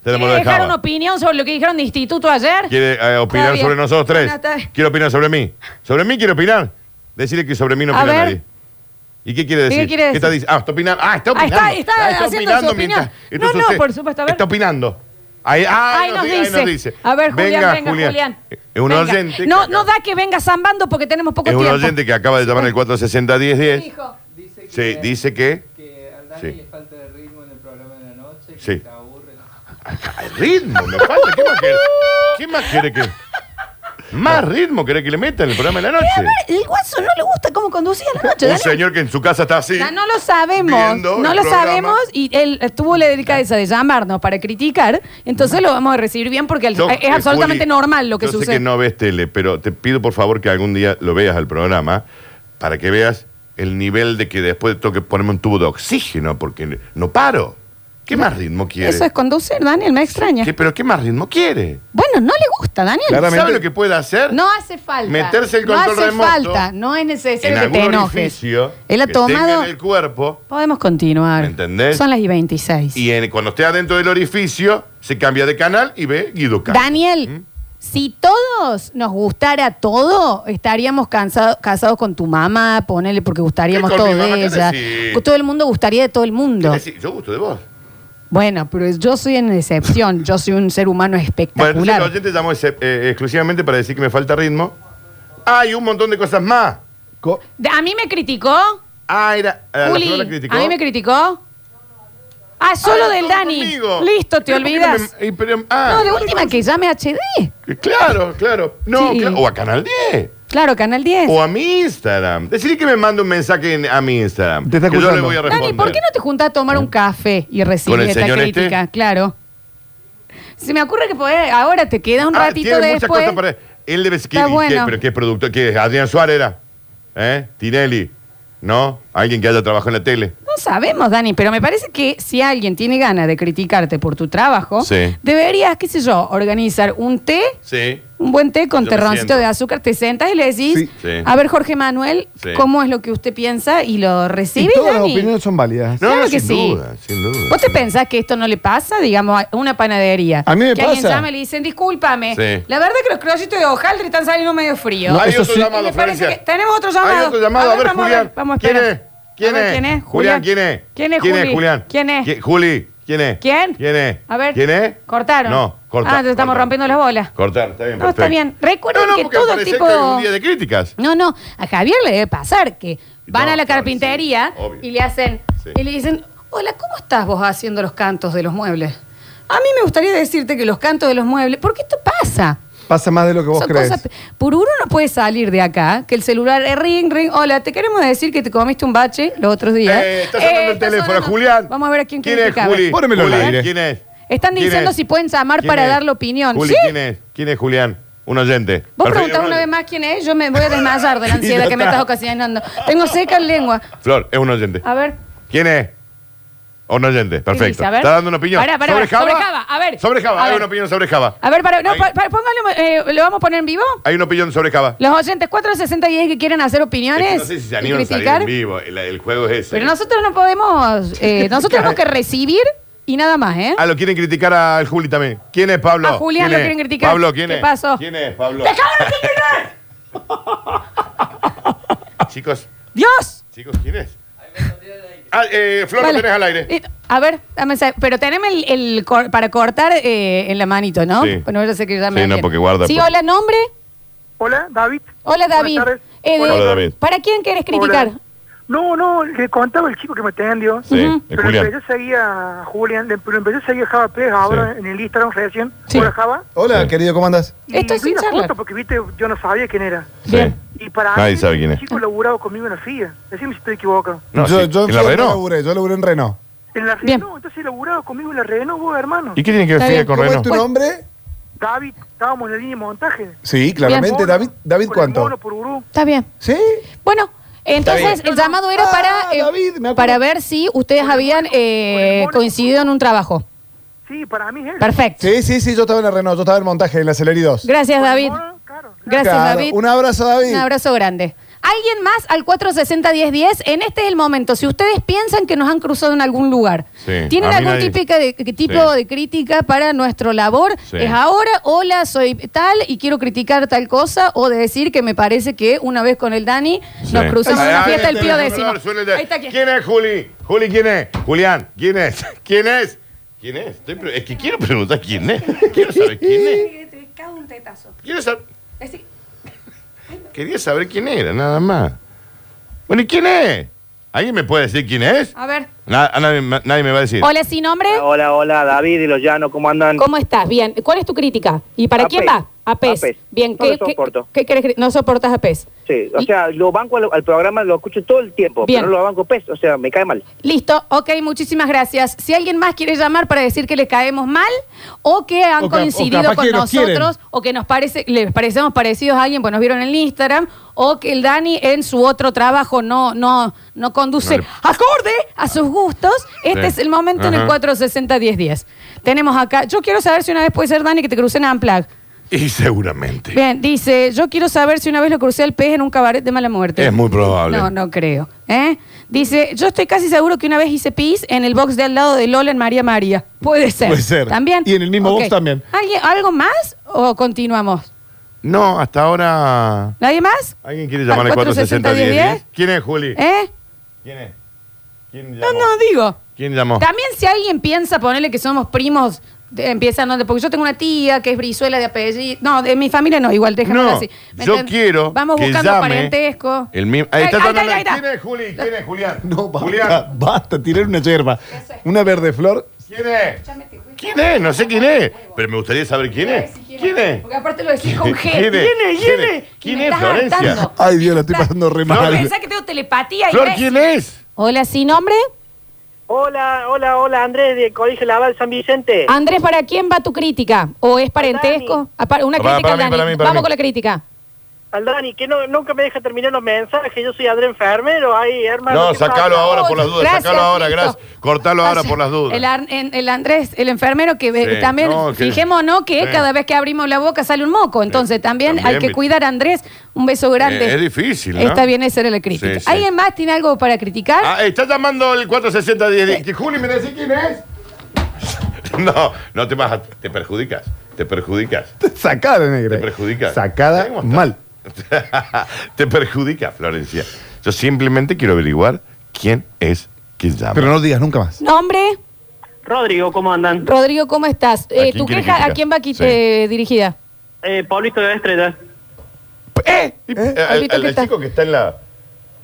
[SPEAKER 1] ¿Quiere
[SPEAKER 2] enamoró de
[SPEAKER 1] dejar
[SPEAKER 2] Java.
[SPEAKER 1] una opinión sobre lo que dijeron de instituto ayer?
[SPEAKER 2] ¿Quiere eh,
[SPEAKER 1] Está
[SPEAKER 2] opinar
[SPEAKER 1] bien.
[SPEAKER 2] sobre nosotros tres?
[SPEAKER 1] Bueno, está bien.
[SPEAKER 2] ¿Quiere opinar sobre mí? ¿Sobre mí quiere opinar? Decirle que sobre mí no
[SPEAKER 1] A
[SPEAKER 2] opina
[SPEAKER 1] ver.
[SPEAKER 2] nadie. ¿Y qué quiere decir?
[SPEAKER 1] quiere decir?
[SPEAKER 2] está diciendo? Ah, está opinando. Ah, está
[SPEAKER 1] Ah,
[SPEAKER 2] opinando.
[SPEAKER 1] está- está haciendo su opinión.
[SPEAKER 2] mientras-
[SPEAKER 1] No,
[SPEAKER 2] entonces
[SPEAKER 1] no,
[SPEAKER 2] usted
[SPEAKER 1] por supuesto, a ver.
[SPEAKER 2] Está opinando. Ahí, ah,
[SPEAKER 1] Ahí nos
[SPEAKER 2] di-
[SPEAKER 1] dice. A ver, Julián, venga, Julián.
[SPEAKER 2] Es un
[SPEAKER 1] Venga.
[SPEAKER 2] oyente.
[SPEAKER 1] No,
[SPEAKER 2] que
[SPEAKER 1] no
[SPEAKER 2] acaba-
[SPEAKER 1] da que venga zambando porque tenemos poco
[SPEAKER 2] Es un
[SPEAKER 1] tiempo.
[SPEAKER 2] oyente que acaba de llamar el 460-1010.
[SPEAKER 1] Hijo.
[SPEAKER 2] Sí, dice que.
[SPEAKER 6] Eh, que al
[SPEAKER 2] Sí.
[SPEAKER 6] Dani le falta el ritmo en el programa de la noche, que
[SPEAKER 2] Sí.
[SPEAKER 6] te aburre.
[SPEAKER 2] Ay, ritmo, me falta. ¿Qué más quiere? ¿Qué más quiere que.? Más ritmo quiere que le meta en el programa de la noche.
[SPEAKER 1] El guaso no le gusta cómo conducía la noche,
[SPEAKER 2] Un
[SPEAKER 1] Dani.
[SPEAKER 2] señor que en su casa está así.
[SPEAKER 1] Ya no lo sabemos,
[SPEAKER 2] Viendo
[SPEAKER 1] no
[SPEAKER 2] el
[SPEAKER 1] lo
[SPEAKER 2] programa.
[SPEAKER 1] sabemos y él tuvo la delicadeza de llamarnos para criticar, entonces lo vamos a recibir bien porque el-
[SPEAKER 2] Yo,
[SPEAKER 1] es
[SPEAKER 2] eh,
[SPEAKER 1] absolutamente
[SPEAKER 2] Juli,
[SPEAKER 1] normal lo que
[SPEAKER 2] yo
[SPEAKER 1] sucede.
[SPEAKER 2] Sé que no ves tele, pero te pido por favor que algún día lo veas al programa para que veas el nivel de que después tengo que ponerme un tubo de oxígeno porque no paro. ¿Qué más ritmo quiere?
[SPEAKER 1] Eso es conducir, Daniel, me extraña.
[SPEAKER 2] ¿Qué- ¿Pero qué más ritmo quiere?
[SPEAKER 1] Bueno, no le gusta, Daniel.
[SPEAKER 3] Claramente.
[SPEAKER 2] ¿Sabe lo que puede hacer?
[SPEAKER 1] No hace falta.
[SPEAKER 2] Meterse el
[SPEAKER 1] No
[SPEAKER 2] control
[SPEAKER 1] hace
[SPEAKER 2] remoto
[SPEAKER 1] falta, no es
[SPEAKER 2] en
[SPEAKER 1] necesario que
[SPEAKER 2] algún
[SPEAKER 1] te enojes.
[SPEAKER 2] orificio
[SPEAKER 1] Él ha
[SPEAKER 2] que tenga
[SPEAKER 1] tomado.
[SPEAKER 2] en el cuerpo
[SPEAKER 1] Podemos continuar.
[SPEAKER 2] ¿Me entendés?
[SPEAKER 1] Son las y 26.
[SPEAKER 2] y en- cuando esté adentro del orificio se cambia de canal y ve Guido Casca.
[SPEAKER 1] Daniel,
[SPEAKER 2] ¿Mm?
[SPEAKER 1] si todos nos gustara todo, estaríamos cansado- casados con tu mamá, ponele, porque gustaríamos
[SPEAKER 2] ¿Qué con
[SPEAKER 1] todo
[SPEAKER 2] mi mamá?
[SPEAKER 1] de
[SPEAKER 2] ¿Qué
[SPEAKER 1] ella.
[SPEAKER 2] decís?
[SPEAKER 1] Todo el mundo gustaría de todo el mundo.
[SPEAKER 2] Es decir, Yo gusto de vos.
[SPEAKER 1] Bueno, pero yo soy una excepción. Yo soy un ser humano
[SPEAKER 2] Bueno, entonces
[SPEAKER 1] espectacular.
[SPEAKER 2] el oyente llamó ese- eh, exclusivamente para decir que me falta ritmo. Hay un montón de cosas más.
[SPEAKER 3] Co-
[SPEAKER 1] De- a mí me criticó,
[SPEAKER 2] Ah, era. a la
[SPEAKER 1] Juli.
[SPEAKER 2] señora criticó.
[SPEAKER 1] A mí me criticó. Ah, solo
[SPEAKER 2] Ah,
[SPEAKER 1] del
[SPEAKER 2] todo
[SPEAKER 1] Dani.
[SPEAKER 2] conmigo.
[SPEAKER 1] Listo, te
[SPEAKER 2] Pero ¿por qué no
[SPEAKER 1] olvidas.
[SPEAKER 2] me- y, pero- ah, eh,
[SPEAKER 1] No, de última que llame a HD.
[SPEAKER 2] Claro, claro. No,
[SPEAKER 1] Sí.
[SPEAKER 2] claro. O a Canal 10.
[SPEAKER 1] Claro, Canal 10.
[SPEAKER 2] O a mi Instagram. Decirle que me mande un mensaje en- a mi Instagram.
[SPEAKER 3] Te está
[SPEAKER 2] que yo le
[SPEAKER 3] escuchando.
[SPEAKER 2] voy a responder.
[SPEAKER 1] Dani, ¿por qué no te juntas a tomar un café y recibir
[SPEAKER 2] ¿Con el
[SPEAKER 1] esta
[SPEAKER 2] señor
[SPEAKER 1] crítica?
[SPEAKER 2] este?
[SPEAKER 1] Claro. Se me ocurre que podés- ahora te queda un
[SPEAKER 2] Ah,
[SPEAKER 1] ratito
[SPEAKER 2] tiene muchas
[SPEAKER 1] después.
[SPEAKER 2] cosas para. Él debe ser.
[SPEAKER 1] Está bueno.
[SPEAKER 2] ¿Pero qué productor? ¿Qué es? ¿Adrián Suárez era? ¿Eh? ¿Tinelli? ¿No? ¿Alguien que haya trabajado en la tele?
[SPEAKER 1] No sabemos, Dani, pero me parece que si alguien tiene ganas de criticarte por tu trabajo,
[SPEAKER 2] Sí.
[SPEAKER 1] deberías, qué sé yo, organizar un té,
[SPEAKER 2] Sí.
[SPEAKER 1] un buen té con
[SPEAKER 2] Yo me siento.
[SPEAKER 1] terroncito de azúcar, te sentas y le decís,
[SPEAKER 3] Sí.
[SPEAKER 2] Sí.
[SPEAKER 1] a ver, Jorge Manuel,
[SPEAKER 2] Sí.
[SPEAKER 1] ¿cómo es lo que usted piensa? Y lo
[SPEAKER 3] y
[SPEAKER 1] recibís,
[SPEAKER 3] todas las
[SPEAKER 1] Dani.
[SPEAKER 3] opiniones son válidas.
[SPEAKER 2] No,
[SPEAKER 1] Claro
[SPEAKER 2] no,
[SPEAKER 1] que
[SPEAKER 2] sin
[SPEAKER 1] sí.
[SPEAKER 2] duda, sin duda.
[SPEAKER 1] ¿Vos te
[SPEAKER 2] sin duda.
[SPEAKER 1] pensás que esto no le pasa, digamos, a una panadería?
[SPEAKER 3] A mí me
[SPEAKER 1] que alguien
[SPEAKER 3] pasa.
[SPEAKER 1] llama y le dicen, discúlpame,
[SPEAKER 2] Sí.
[SPEAKER 1] la verdad es que los croyitos de hojaldre están saliendo medio frío.
[SPEAKER 3] No,
[SPEAKER 2] Hay
[SPEAKER 3] eso
[SPEAKER 2] otro
[SPEAKER 3] sí.
[SPEAKER 1] Y
[SPEAKER 2] llamado,
[SPEAKER 1] me parece que
[SPEAKER 2] Florencia.
[SPEAKER 1] tenemos otro llamado.
[SPEAKER 2] Hay otro llamado. A ver,
[SPEAKER 1] vamos
[SPEAKER 2] Julián.
[SPEAKER 1] vamos a
[SPEAKER 2] ¿Quién
[SPEAKER 1] esperar.
[SPEAKER 2] es? ¿Quién
[SPEAKER 1] A ver,
[SPEAKER 2] es?
[SPEAKER 1] ¿Quién es?
[SPEAKER 2] Julián, ¿quién es?
[SPEAKER 1] ¿Quién es Juli?
[SPEAKER 2] Julián?
[SPEAKER 1] ¿Quién es?
[SPEAKER 2] ¿Qui- Juli, ¿quién es?
[SPEAKER 1] ¿Quién?
[SPEAKER 2] ¿Quién es?
[SPEAKER 1] A ver.
[SPEAKER 2] ¿Quién es?
[SPEAKER 1] Cortaron.
[SPEAKER 2] No, cortaron.
[SPEAKER 1] Ah, te estamos rompiendo las bolas.
[SPEAKER 2] Cortar, está bien.
[SPEAKER 1] No, está
[SPEAKER 2] perfecto.
[SPEAKER 1] bien. Recuerden
[SPEAKER 2] no, no,
[SPEAKER 1] que
[SPEAKER 2] porque
[SPEAKER 1] todo
[SPEAKER 2] parece
[SPEAKER 1] tipo-
[SPEAKER 2] que hay un día de críticas.
[SPEAKER 1] No, no, a Javier le debe pasar que van
[SPEAKER 2] No,
[SPEAKER 1] a la
[SPEAKER 2] claro,
[SPEAKER 1] carpintería
[SPEAKER 2] sí, obvio.
[SPEAKER 1] y le hacen
[SPEAKER 2] Sí.
[SPEAKER 1] y le dicen, "Hola, ¿cómo estás vos haciendo los cantos de los muebles?" A mí me gustaría decirte que los cantos de los muebles, porque esto pasa.
[SPEAKER 3] Pasa más de lo que vos
[SPEAKER 1] Son
[SPEAKER 3] crees.
[SPEAKER 1] cosas- Pururu no puede salir de acá, que el celular es ring, ring. Hola, te queremos decir que te comiste un bache los otros días.
[SPEAKER 2] Eh, está sonando el
[SPEAKER 1] está
[SPEAKER 2] teléfono,
[SPEAKER 1] sonando.
[SPEAKER 2] Julián.
[SPEAKER 1] Vamos a ver a quién
[SPEAKER 2] ¿Quién es
[SPEAKER 1] criticaba.
[SPEAKER 2] Juli?
[SPEAKER 3] Pónmelo al
[SPEAKER 2] Juli,
[SPEAKER 3] aire.
[SPEAKER 2] ¿Quién es?
[SPEAKER 1] Están
[SPEAKER 2] ¿Quién
[SPEAKER 1] diciendo
[SPEAKER 2] es?
[SPEAKER 1] si pueden llamar
[SPEAKER 2] ¿Quién
[SPEAKER 1] para
[SPEAKER 2] es?
[SPEAKER 1] dar la opinión.
[SPEAKER 2] Juli,
[SPEAKER 1] ¿Sí?
[SPEAKER 2] ¿quién es? ¿Quién es Julián? Un oyente.
[SPEAKER 1] Vos
[SPEAKER 2] Perfecto,
[SPEAKER 1] preguntás
[SPEAKER 2] un
[SPEAKER 1] una vez
[SPEAKER 2] oyente.
[SPEAKER 1] más quién es, yo me voy a desmayar
[SPEAKER 2] [LAUGHS]
[SPEAKER 1] de la ansiedad
[SPEAKER 2] no
[SPEAKER 1] que me
[SPEAKER 2] está.
[SPEAKER 1] estás ocasionando. Tengo seca la lengua.
[SPEAKER 2] Flor, es un oyente.
[SPEAKER 1] A ver.
[SPEAKER 2] ¿Quién es? Un oyente, perfecto.
[SPEAKER 1] dice? A ver.
[SPEAKER 2] Está dando una opinión.
[SPEAKER 1] Pará, pará,
[SPEAKER 2] ¿Sobre
[SPEAKER 1] pará.
[SPEAKER 2] Java?
[SPEAKER 1] Sobre Java, a ver.
[SPEAKER 2] Sobre Java,
[SPEAKER 1] A
[SPEAKER 2] hay
[SPEAKER 1] ver.
[SPEAKER 2] una opinión sobre Java.
[SPEAKER 1] A ver, para, no,
[SPEAKER 2] Ahí.
[SPEAKER 1] pa- pa- póngalo, eh, ¿lo vamos a poner en vivo?
[SPEAKER 2] Hay una opinión sobre Java.
[SPEAKER 1] Los oyentes 460 y 10 que quieren hacer
[SPEAKER 2] Es
[SPEAKER 1] opiniones
[SPEAKER 2] que No sé si se animan
[SPEAKER 1] y
[SPEAKER 2] a salir
[SPEAKER 1] criticar.
[SPEAKER 2] en vivo. El, el juego es ese.
[SPEAKER 1] Pero nosotros no podemos,
[SPEAKER 2] [LAUGHS]
[SPEAKER 1] eh, nosotros tenemos que recibir y nada más, ¿eh?
[SPEAKER 2] Ah, lo quieren criticar al Juli también. ¿Quién es Pablo?
[SPEAKER 1] A Julián
[SPEAKER 2] ¿Quién
[SPEAKER 1] lo
[SPEAKER 2] es?
[SPEAKER 1] quieren criticar.
[SPEAKER 2] Pablo, ¿quién
[SPEAKER 1] ¿Qué
[SPEAKER 2] es?
[SPEAKER 1] pasó?
[SPEAKER 2] ¿Quién es Pablo? [LAUGHS]
[SPEAKER 1] ¡Dejá de criticar!
[SPEAKER 2] Chicos,
[SPEAKER 1] ¡Dios!
[SPEAKER 2] chicos, ¿quién es? Ah, eh, Flor,
[SPEAKER 1] Vale.
[SPEAKER 2] lo tenés al aire.
[SPEAKER 1] Eh, A ver, dame esa- pero tenemos el, el cor- para cortar eh, en la manito, ¿no?
[SPEAKER 2] Sí.
[SPEAKER 1] Bueno, yo sé que ya me
[SPEAKER 2] Sí, no,
[SPEAKER 1] alguien.
[SPEAKER 2] porque guarda,
[SPEAKER 1] Sí,
[SPEAKER 2] por-
[SPEAKER 1] hola, nombre.
[SPEAKER 7] Hola, David.
[SPEAKER 1] Hola,
[SPEAKER 7] Buenas
[SPEAKER 1] David.
[SPEAKER 7] tardes.
[SPEAKER 1] Eh, de-
[SPEAKER 2] Hola, David.
[SPEAKER 1] ¿Para quién querés criticar?
[SPEAKER 7] Hola. No, no, le contaba el chico que me atendió.
[SPEAKER 2] Sí,
[SPEAKER 1] Ujú.
[SPEAKER 2] es
[SPEAKER 7] Pero empecé
[SPEAKER 2] Julián.
[SPEAKER 7] a seguir a Julián, le- pero empecé a seguir a Java Pérez ahora
[SPEAKER 2] Sí.
[SPEAKER 7] en el Instagram recién.
[SPEAKER 1] Sí.
[SPEAKER 7] Hola, Java.
[SPEAKER 3] Hola,
[SPEAKER 2] Sí.
[SPEAKER 3] querido, ¿cómo andas?
[SPEAKER 7] Y
[SPEAKER 1] Esto es
[SPEAKER 7] vi
[SPEAKER 1] sin
[SPEAKER 7] la
[SPEAKER 1] charlar.
[SPEAKER 7] foto porque, viste, yo no sabía quién era.
[SPEAKER 1] Bien.
[SPEAKER 7] Y para
[SPEAKER 2] Nadie
[SPEAKER 7] antes,
[SPEAKER 2] sabe quién
[SPEAKER 7] el
[SPEAKER 2] es.
[SPEAKER 7] chico laburaba conmigo en la FIA. Decime si estoy equivocado.
[SPEAKER 2] No,
[SPEAKER 3] yo,
[SPEAKER 2] sí,
[SPEAKER 3] yo
[SPEAKER 2] ¿En la
[SPEAKER 3] fui-
[SPEAKER 2] Renault?
[SPEAKER 3] no laburé, yo laburé en Renault.
[SPEAKER 7] En la
[SPEAKER 1] Bien.
[SPEAKER 7] Renault, entonces laburaba conmigo en la Renault, vos, hermano.
[SPEAKER 2] ¿Y qué tiene que
[SPEAKER 1] Está
[SPEAKER 2] ver
[SPEAKER 1] bien.
[SPEAKER 2] con
[SPEAKER 3] ¿Cómo es
[SPEAKER 2] Renault?
[SPEAKER 3] tu nombre?
[SPEAKER 7] David, estábamos en la línea de montaje.
[SPEAKER 3] Sí, claramente.
[SPEAKER 7] Mono,
[SPEAKER 3] David, David
[SPEAKER 7] con el mono
[SPEAKER 3] ¿cuánto?
[SPEAKER 1] pues.
[SPEAKER 7] por Gurú.
[SPEAKER 1] Está bien.
[SPEAKER 3] ¿Sí?
[SPEAKER 1] Bueno, entonces el llamado era
[SPEAKER 3] Ah,
[SPEAKER 1] para, eh,
[SPEAKER 3] David, me acuerdo.
[SPEAKER 1] para ver si ustedes habían eh, coincidido en un trabajo.
[SPEAKER 7] Sí, para mí es él.
[SPEAKER 1] Perfecto.
[SPEAKER 3] Sí, sí, sí, yo estaba en la Renault, yo estaba en el montaje, en la Celeri 2.
[SPEAKER 1] Gracias,
[SPEAKER 7] Con el
[SPEAKER 1] David.
[SPEAKER 7] mono, claro.
[SPEAKER 1] Gracias,
[SPEAKER 3] Claro,
[SPEAKER 1] David.
[SPEAKER 3] Un abrazo, David.
[SPEAKER 1] Un abrazo grande. ¿Alguien más al 460-1010? En este es el momento. Si ustedes piensan que nos han cruzado en algún lugar,
[SPEAKER 2] Sí, a
[SPEAKER 1] ¿tienen
[SPEAKER 2] mí
[SPEAKER 1] algún
[SPEAKER 2] nadie.
[SPEAKER 1] típica de- que- tipo
[SPEAKER 2] Sí.
[SPEAKER 1] de crítica para nuestro labor?
[SPEAKER 2] Sí.
[SPEAKER 1] Es ahora, hola, soy tal y quiero criticar tal cosa, o de decir que me parece que una vez con el Dani nos
[SPEAKER 2] Sí.
[SPEAKER 1] cruzamos en una
[SPEAKER 2] Ah,
[SPEAKER 1] fiesta del
[SPEAKER 2] este
[SPEAKER 1] pío
[SPEAKER 2] es el
[SPEAKER 1] décimo.
[SPEAKER 2] número, suena el de-
[SPEAKER 1] Ahí está, ¿quién?
[SPEAKER 2] [LAUGHS] ¿Quién es Juli? Juli, ¿quién es? Julián, ¿quién es? ¿Quién es? ¿Quién es? Estoy pre- es que quiero preguntar
[SPEAKER 1] [LAUGHS]
[SPEAKER 2] quién es. Quiero saber quién es.
[SPEAKER 8] Te- te cago un tetazo.
[SPEAKER 2] Quiero sab-
[SPEAKER 8] Decí,
[SPEAKER 2] Quería saber quién era, nada más. Bueno, ¿y quién es? ¿Alguien me puede decir quién es?
[SPEAKER 8] a ver.
[SPEAKER 2] Na- a nadie, ma- nadie me va a decir.
[SPEAKER 1] Ah. Hola, sin nombre.
[SPEAKER 9] Hola, hola, David y los llanos, ¿cómo andan?
[SPEAKER 1] ¿Cómo estás? Bien. ¿Cuál es tu crítica? ¿Y para
[SPEAKER 9] A
[SPEAKER 1] quién
[SPEAKER 9] PES.
[SPEAKER 1] va? A PES.
[SPEAKER 9] A PES.
[SPEAKER 1] Bien,
[SPEAKER 9] No
[SPEAKER 1] ¿qué,
[SPEAKER 9] lo
[SPEAKER 1] qué-
[SPEAKER 9] soporto.
[SPEAKER 1] qué querés que- No soportas a PES.
[SPEAKER 9] Sí, E o
[SPEAKER 1] Y-
[SPEAKER 9] sea, lo banco al, al programa, lo escucho todo el tiempo,
[SPEAKER 1] Bien.
[SPEAKER 9] pero no lo banco pez, o sea, me cae mal.
[SPEAKER 1] Listo, ok, muchísimas gracias. Si alguien más quiere llamar para decir que le caemos mal o que han
[SPEAKER 3] O cap- o
[SPEAKER 1] coincidido
[SPEAKER 3] capaz
[SPEAKER 1] con
[SPEAKER 3] que nos
[SPEAKER 1] nosotros o que nos parece, les parecemos parecidos a alguien, pues nos vieron en el Instagram o que el Dani en su otro trabajo no, no, no conduce
[SPEAKER 2] No le-
[SPEAKER 1] acorde a sus gustos, este
[SPEAKER 2] Sí.
[SPEAKER 1] es el momento en el
[SPEAKER 2] Ajá.
[SPEAKER 1] 460-1010. Tenemos acá, yo quiero saber si una vez puede ser Dani que te crucen a Unplug.
[SPEAKER 2] Y seguramente.
[SPEAKER 1] Bien, dice, yo quiero saber si una vez lo crucé al pez en un cabaret de mala muerte.
[SPEAKER 2] Es muy probable.
[SPEAKER 1] No, no creo. ¿eh? Dice, yo estoy casi seguro que una vez hice pis en el box de al lado de Lola en María María. Puede ser.
[SPEAKER 3] Puede ser.
[SPEAKER 1] También.
[SPEAKER 3] Y en el mismo
[SPEAKER 1] Ok.
[SPEAKER 3] box también.
[SPEAKER 1] ¿Alguien- ¿Algo más o continuamos?
[SPEAKER 2] No, hasta ahora.
[SPEAKER 1] ¿Nadie más?
[SPEAKER 2] ¿Alguien quiere llamar al
[SPEAKER 1] 460
[SPEAKER 2] 460-1010? ¿Quién es, Juli?
[SPEAKER 1] ¿Eh?
[SPEAKER 2] ¿Quién es? ¿Quién
[SPEAKER 1] No,
[SPEAKER 2] llamó?
[SPEAKER 1] no, digo.
[SPEAKER 2] ¿Quién llamó?
[SPEAKER 1] También si alguien piensa ponerle que somos primos, de- empieza no, porque yo tengo una tía que es brizuela de apellido. No, de mi familia no, igual déjame
[SPEAKER 2] No,
[SPEAKER 1] así. ¿Me
[SPEAKER 2] yo
[SPEAKER 1] enten-
[SPEAKER 2] quiero
[SPEAKER 1] Vamos
[SPEAKER 2] que
[SPEAKER 1] buscando
[SPEAKER 2] llame
[SPEAKER 1] parentesco.
[SPEAKER 2] El mismo. Ahí está,
[SPEAKER 1] Ay, ay,
[SPEAKER 2] llamando.
[SPEAKER 1] ay, ay,
[SPEAKER 2] ¿Quién es, Juli? ¿Quién es, Julián?
[SPEAKER 3] No, basta,
[SPEAKER 2] Julián.
[SPEAKER 3] basta, tirar una yerba. Una verde flor.
[SPEAKER 2] ¿Quién es? ¿Quién es? No sé quién es. Pero me gustaría saber quién es. ¿Quién es?
[SPEAKER 1] Porque aparte lo decís con G.
[SPEAKER 2] ¿Quién es? ¿Quién es? ¿Quién
[SPEAKER 1] Me
[SPEAKER 2] es,
[SPEAKER 1] estás
[SPEAKER 2] Florencia?
[SPEAKER 1] hartando.
[SPEAKER 3] Ay, Dios, la estoy pasando re
[SPEAKER 1] Flor,
[SPEAKER 3] mal.
[SPEAKER 1] pensá que tengo telepatía y
[SPEAKER 2] Flor,
[SPEAKER 1] ves.
[SPEAKER 2] ¿quién es?
[SPEAKER 1] Hola, ¿sí nombre?
[SPEAKER 9] Hola, hola, hola, Andrés del Colegio Laval San Vicente.
[SPEAKER 1] Andrés, ¿para quién va tu crítica? ¿O es parentesco? Ah, Eh. para- Una
[SPEAKER 2] Para-
[SPEAKER 1] crítica,
[SPEAKER 2] para mí,
[SPEAKER 1] Dani.
[SPEAKER 2] para mí, para
[SPEAKER 1] Vamos
[SPEAKER 2] mí.
[SPEAKER 1] con la crítica.
[SPEAKER 9] Al Dani, que no, nunca me deja terminar los mensajes, yo soy Andrés enfermero, ahí, hermano.
[SPEAKER 2] No,
[SPEAKER 9] ¿qué pasa?
[SPEAKER 2] sacalo ahora por las dudas.
[SPEAKER 1] Gracias,
[SPEAKER 2] sacalo ahora,
[SPEAKER 1] listo.
[SPEAKER 2] gracias. Cortalo ahora
[SPEAKER 1] Vaya,
[SPEAKER 2] por las dudas.
[SPEAKER 1] El, Ar- en- el Andrés, el enfermero, que ve-
[SPEAKER 2] Sí,
[SPEAKER 1] también,
[SPEAKER 2] no, que-
[SPEAKER 1] fijémonos que
[SPEAKER 2] sí.
[SPEAKER 1] cada vez que abrimos la boca sale un moco. Entonces también,
[SPEAKER 2] también,
[SPEAKER 1] hay que
[SPEAKER 2] vi-
[SPEAKER 1] cuidar a Andrés. Un beso grande.
[SPEAKER 2] Eh, es difícil, ¿no?
[SPEAKER 1] Está bien, esa era la crítica.
[SPEAKER 2] Sí, sí.
[SPEAKER 1] ¿Alguien más tiene algo para criticar?
[SPEAKER 3] eh,
[SPEAKER 2] Ah, está llamando el 460-1010. Que Juli me decís quién es. [LAUGHS] No, no te vas a- Te perjudicas. Te perjudicas.
[SPEAKER 3] [LAUGHS] Sacada, negra.
[SPEAKER 2] Te perjudicas.
[SPEAKER 3] Eh, Sacada
[SPEAKER 2] ¿Cómo estás?
[SPEAKER 3] mal.
[SPEAKER 2] [LAUGHS] te perjudica, Florencia. Yo simplemente quiero averiguar quién es que llama.
[SPEAKER 3] Pero no lo digas nunca más.
[SPEAKER 1] ¿Nombre?
[SPEAKER 9] Rodrigo, ¿cómo andan?
[SPEAKER 1] Rodrigo, ¿cómo estás? Eh,
[SPEAKER 2] quién
[SPEAKER 1] ¿Tu
[SPEAKER 2] quiere
[SPEAKER 1] queja a
[SPEAKER 2] criticar?
[SPEAKER 1] quién va qui-
[SPEAKER 2] Sí.
[SPEAKER 1] eh, dirigida?
[SPEAKER 9] Eh, Paulito de Estrella.
[SPEAKER 2] ¡Eh! Eh, al-
[SPEAKER 1] Pablito,
[SPEAKER 2] al-
[SPEAKER 1] ¿qué
[SPEAKER 2] al
[SPEAKER 1] está?
[SPEAKER 2] chico que está en la.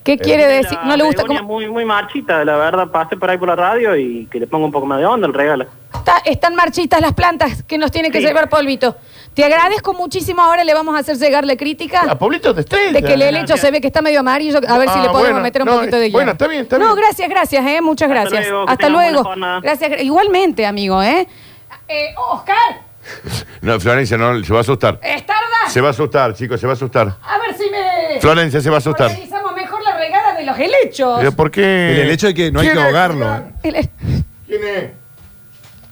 [SPEAKER 1] ¿Qué
[SPEAKER 2] Eh,
[SPEAKER 1] quiere
[SPEAKER 9] Tiene
[SPEAKER 1] decir?
[SPEAKER 9] la
[SPEAKER 1] No le gusta
[SPEAKER 9] Begoña
[SPEAKER 1] cómo...
[SPEAKER 9] Muy, muy marchita, la verdad, pasé por ahí por la radio y que le ponga un poco más de onda el regalo.
[SPEAKER 1] Está- están marchitas las plantas que nos tiene que
[SPEAKER 9] Sí.
[SPEAKER 1] llevar Polvito. Te agradezco muchísimo. Ahora le vamos a hacer llegar la
[SPEAKER 2] A
[SPEAKER 1] crítica
[SPEAKER 2] Pablito de Estrella.
[SPEAKER 1] de que el helecho se ve que está medio amarillo. A ver si
[SPEAKER 2] Ah,
[SPEAKER 1] le podemos
[SPEAKER 2] bueno,
[SPEAKER 1] meter un
[SPEAKER 2] no,
[SPEAKER 1] poquito de hielo.
[SPEAKER 2] bueno, está bien, está
[SPEAKER 1] No,
[SPEAKER 2] bien.
[SPEAKER 1] gracias, gracias, ¿eh? Muchas
[SPEAKER 9] Hasta
[SPEAKER 1] gracias.
[SPEAKER 9] luego, que
[SPEAKER 1] Hasta
[SPEAKER 9] tengan
[SPEAKER 1] luego.
[SPEAKER 9] buena jornada.
[SPEAKER 1] Gracias. gra- Igualmente, amigo, ¿eh? Eh, Oscar,
[SPEAKER 2] No, Florencia, no, se va a asustar.
[SPEAKER 1] estarda.
[SPEAKER 2] Se va a asustar, chicos, se va a asustar.
[SPEAKER 1] A ver si me
[SPEAKER 2] Florencia se va a asustar.
[SPEAKER 1] organizamos mejor la regada de los helechos.
[SPEAKER 2] Pero, ¿Por qué?
[SPEAKER 3] El hecho de que no hay
[SPEAKER 2] Eh, ¿Quién
[SPEAKER 3] que
[SPEAKER 2] es,
[SPEAKER 3] ahogarlo.
[SPEAKER 2] Julián?
[SPEAKER 1] El-
[SPEAKER 2] ¿Quién es?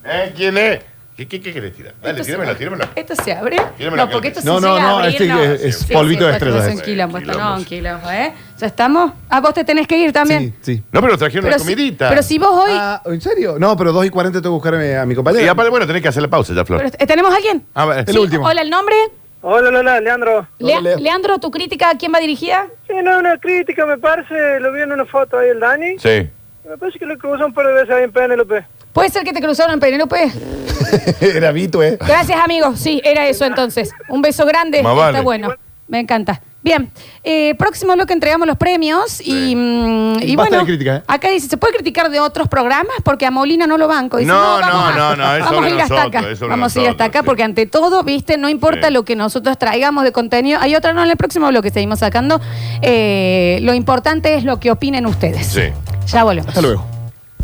[SPEAKER 2] ¿Eh? ¿Quién es? ¿Qué, qué, qué querés tirar? Dale,
[SPEAKER 1] Esto se-
[SPEAKER 2] tíramelo, tíramelo.
[SPEAKER 1] Esto se abre.
[SPEAKER 2] Tíramelo,
[SPEAKER 1] No, porque esto
[SPEAKER 3] No,
[SPEAKER 1] se
[SPEAKER 3] no,
[SPEAKER 1] llega a
[SPEAKER 3] no,
[SPEAKER 1] abrir,
[SPEAKER 3] este es- es
[SPEAKER 1] Sí,
[SPEAKER 3] polvito
[SPEAKER 1] sí,
[SPEAKER 3] de estrellas.
[SPEAKER 1] esto es un quilombo, esto no,
[SPEAKER 2] Quilombos.
[SPEAKER 1] un quilombo, ¿eh? ¿Ya estamos? Ah, vos te tenés que ir también.
[SPEAKER 3] Sí, sí.
[SPEAKER 2] No, pero trajeron
[SPEAKER 1] Pero
[SPEAKER 2] la
[SPEAKER 1] si,
[SPEAKER 2] comidita.
[SPEAKER 1] pero si vos hoy...
[SPEAKER 3] Ah, ¿En serio? No, pero 2 y 40 tengo que buscar a mi- a mi compañero.
[SPEAKER 2] Y aparte, bueno, tenés que hacer la pausa ya, Flor.
[SPEAKER 1] pero, eh, ¿Tenemos a alguien?
[SPEAKER 2] A ver,
[SPEAKER 3] El
[SPEAKER 1] Sí,
[SPEAKER 3] último.
[SPEAKER 1] Hola, ¿el nombre?
[SPEAKER 7] Hola, Lola, Leandro.
[SPEAKER 1] Lea-
[SPEAKER 3] Leo.
[SPEAKER 1] Leandro, ¿tu crítica a quién va dirigida?
[SPEAKER 7] Sí, no, una crítica, me parece. Lo vi en una foto ahí el Dani.
[SPEAKER 2] Sí.
[SPEAKER 7] Me parece que lo cruzó un par de veces ahí en Penelope.
[SPEAKER 1] ¿Puede ser que te cruzaron en Penélope?
[SPEAKER 3] [LAUGHS] Era Vito, ¿eh?
[SPEAKER 1] Gracias, amigos. Sí, era eso entonces. Un beso grande.
[SPEAKER 2] Más vale.
[SPEAKER 1] Está bueno. Me encanta. Bien, eh, próximo bloque entregamos los premios y,
[SPEAKER 2] Sí.
[SPEAKER 1] mm, y
[SPEAKER 3] Basta de
[SPEAKER 1] bueno,
[SPEAKER 3] crítica, ¿eh?
[SPEAKER 1] acá dice, ¿se puede criticar de otros programas? Porque a Molina no lo banco. Dice,
[SPEAKER 2] No,
[SPEAKER 1] vamos
[SPEAKER 2] no, no, no, es
[SPEAKER 1] vamos
[SPEAKER 2] sobre
[SPEAKER 1] a ir hasta
[SPEAKER 2] nosotros,
[SPEAKER 1] acá.
[SPEAKER 2] es sobre
[SPEAKER 1] vamos a ir hasta
[SPEAKER 2] nosotros,
[SPEAKER 1] acá
[SPEAKER 2] sí.
[SPEAKER 1] porque ante todo, viste, no importa
[SPEAKER 2] Sí.
[SPEAKER 1] lo que nosotros traigamos de contenido. Hay otra no en el próximo bloque, seguimos sacando. Eh, lo importante es lo que opinen ustedes.
[SPEAKER 2] Sí.
[SPEAKER 1] Ya volvemos.
[SPEAKER 3] Hasta luego.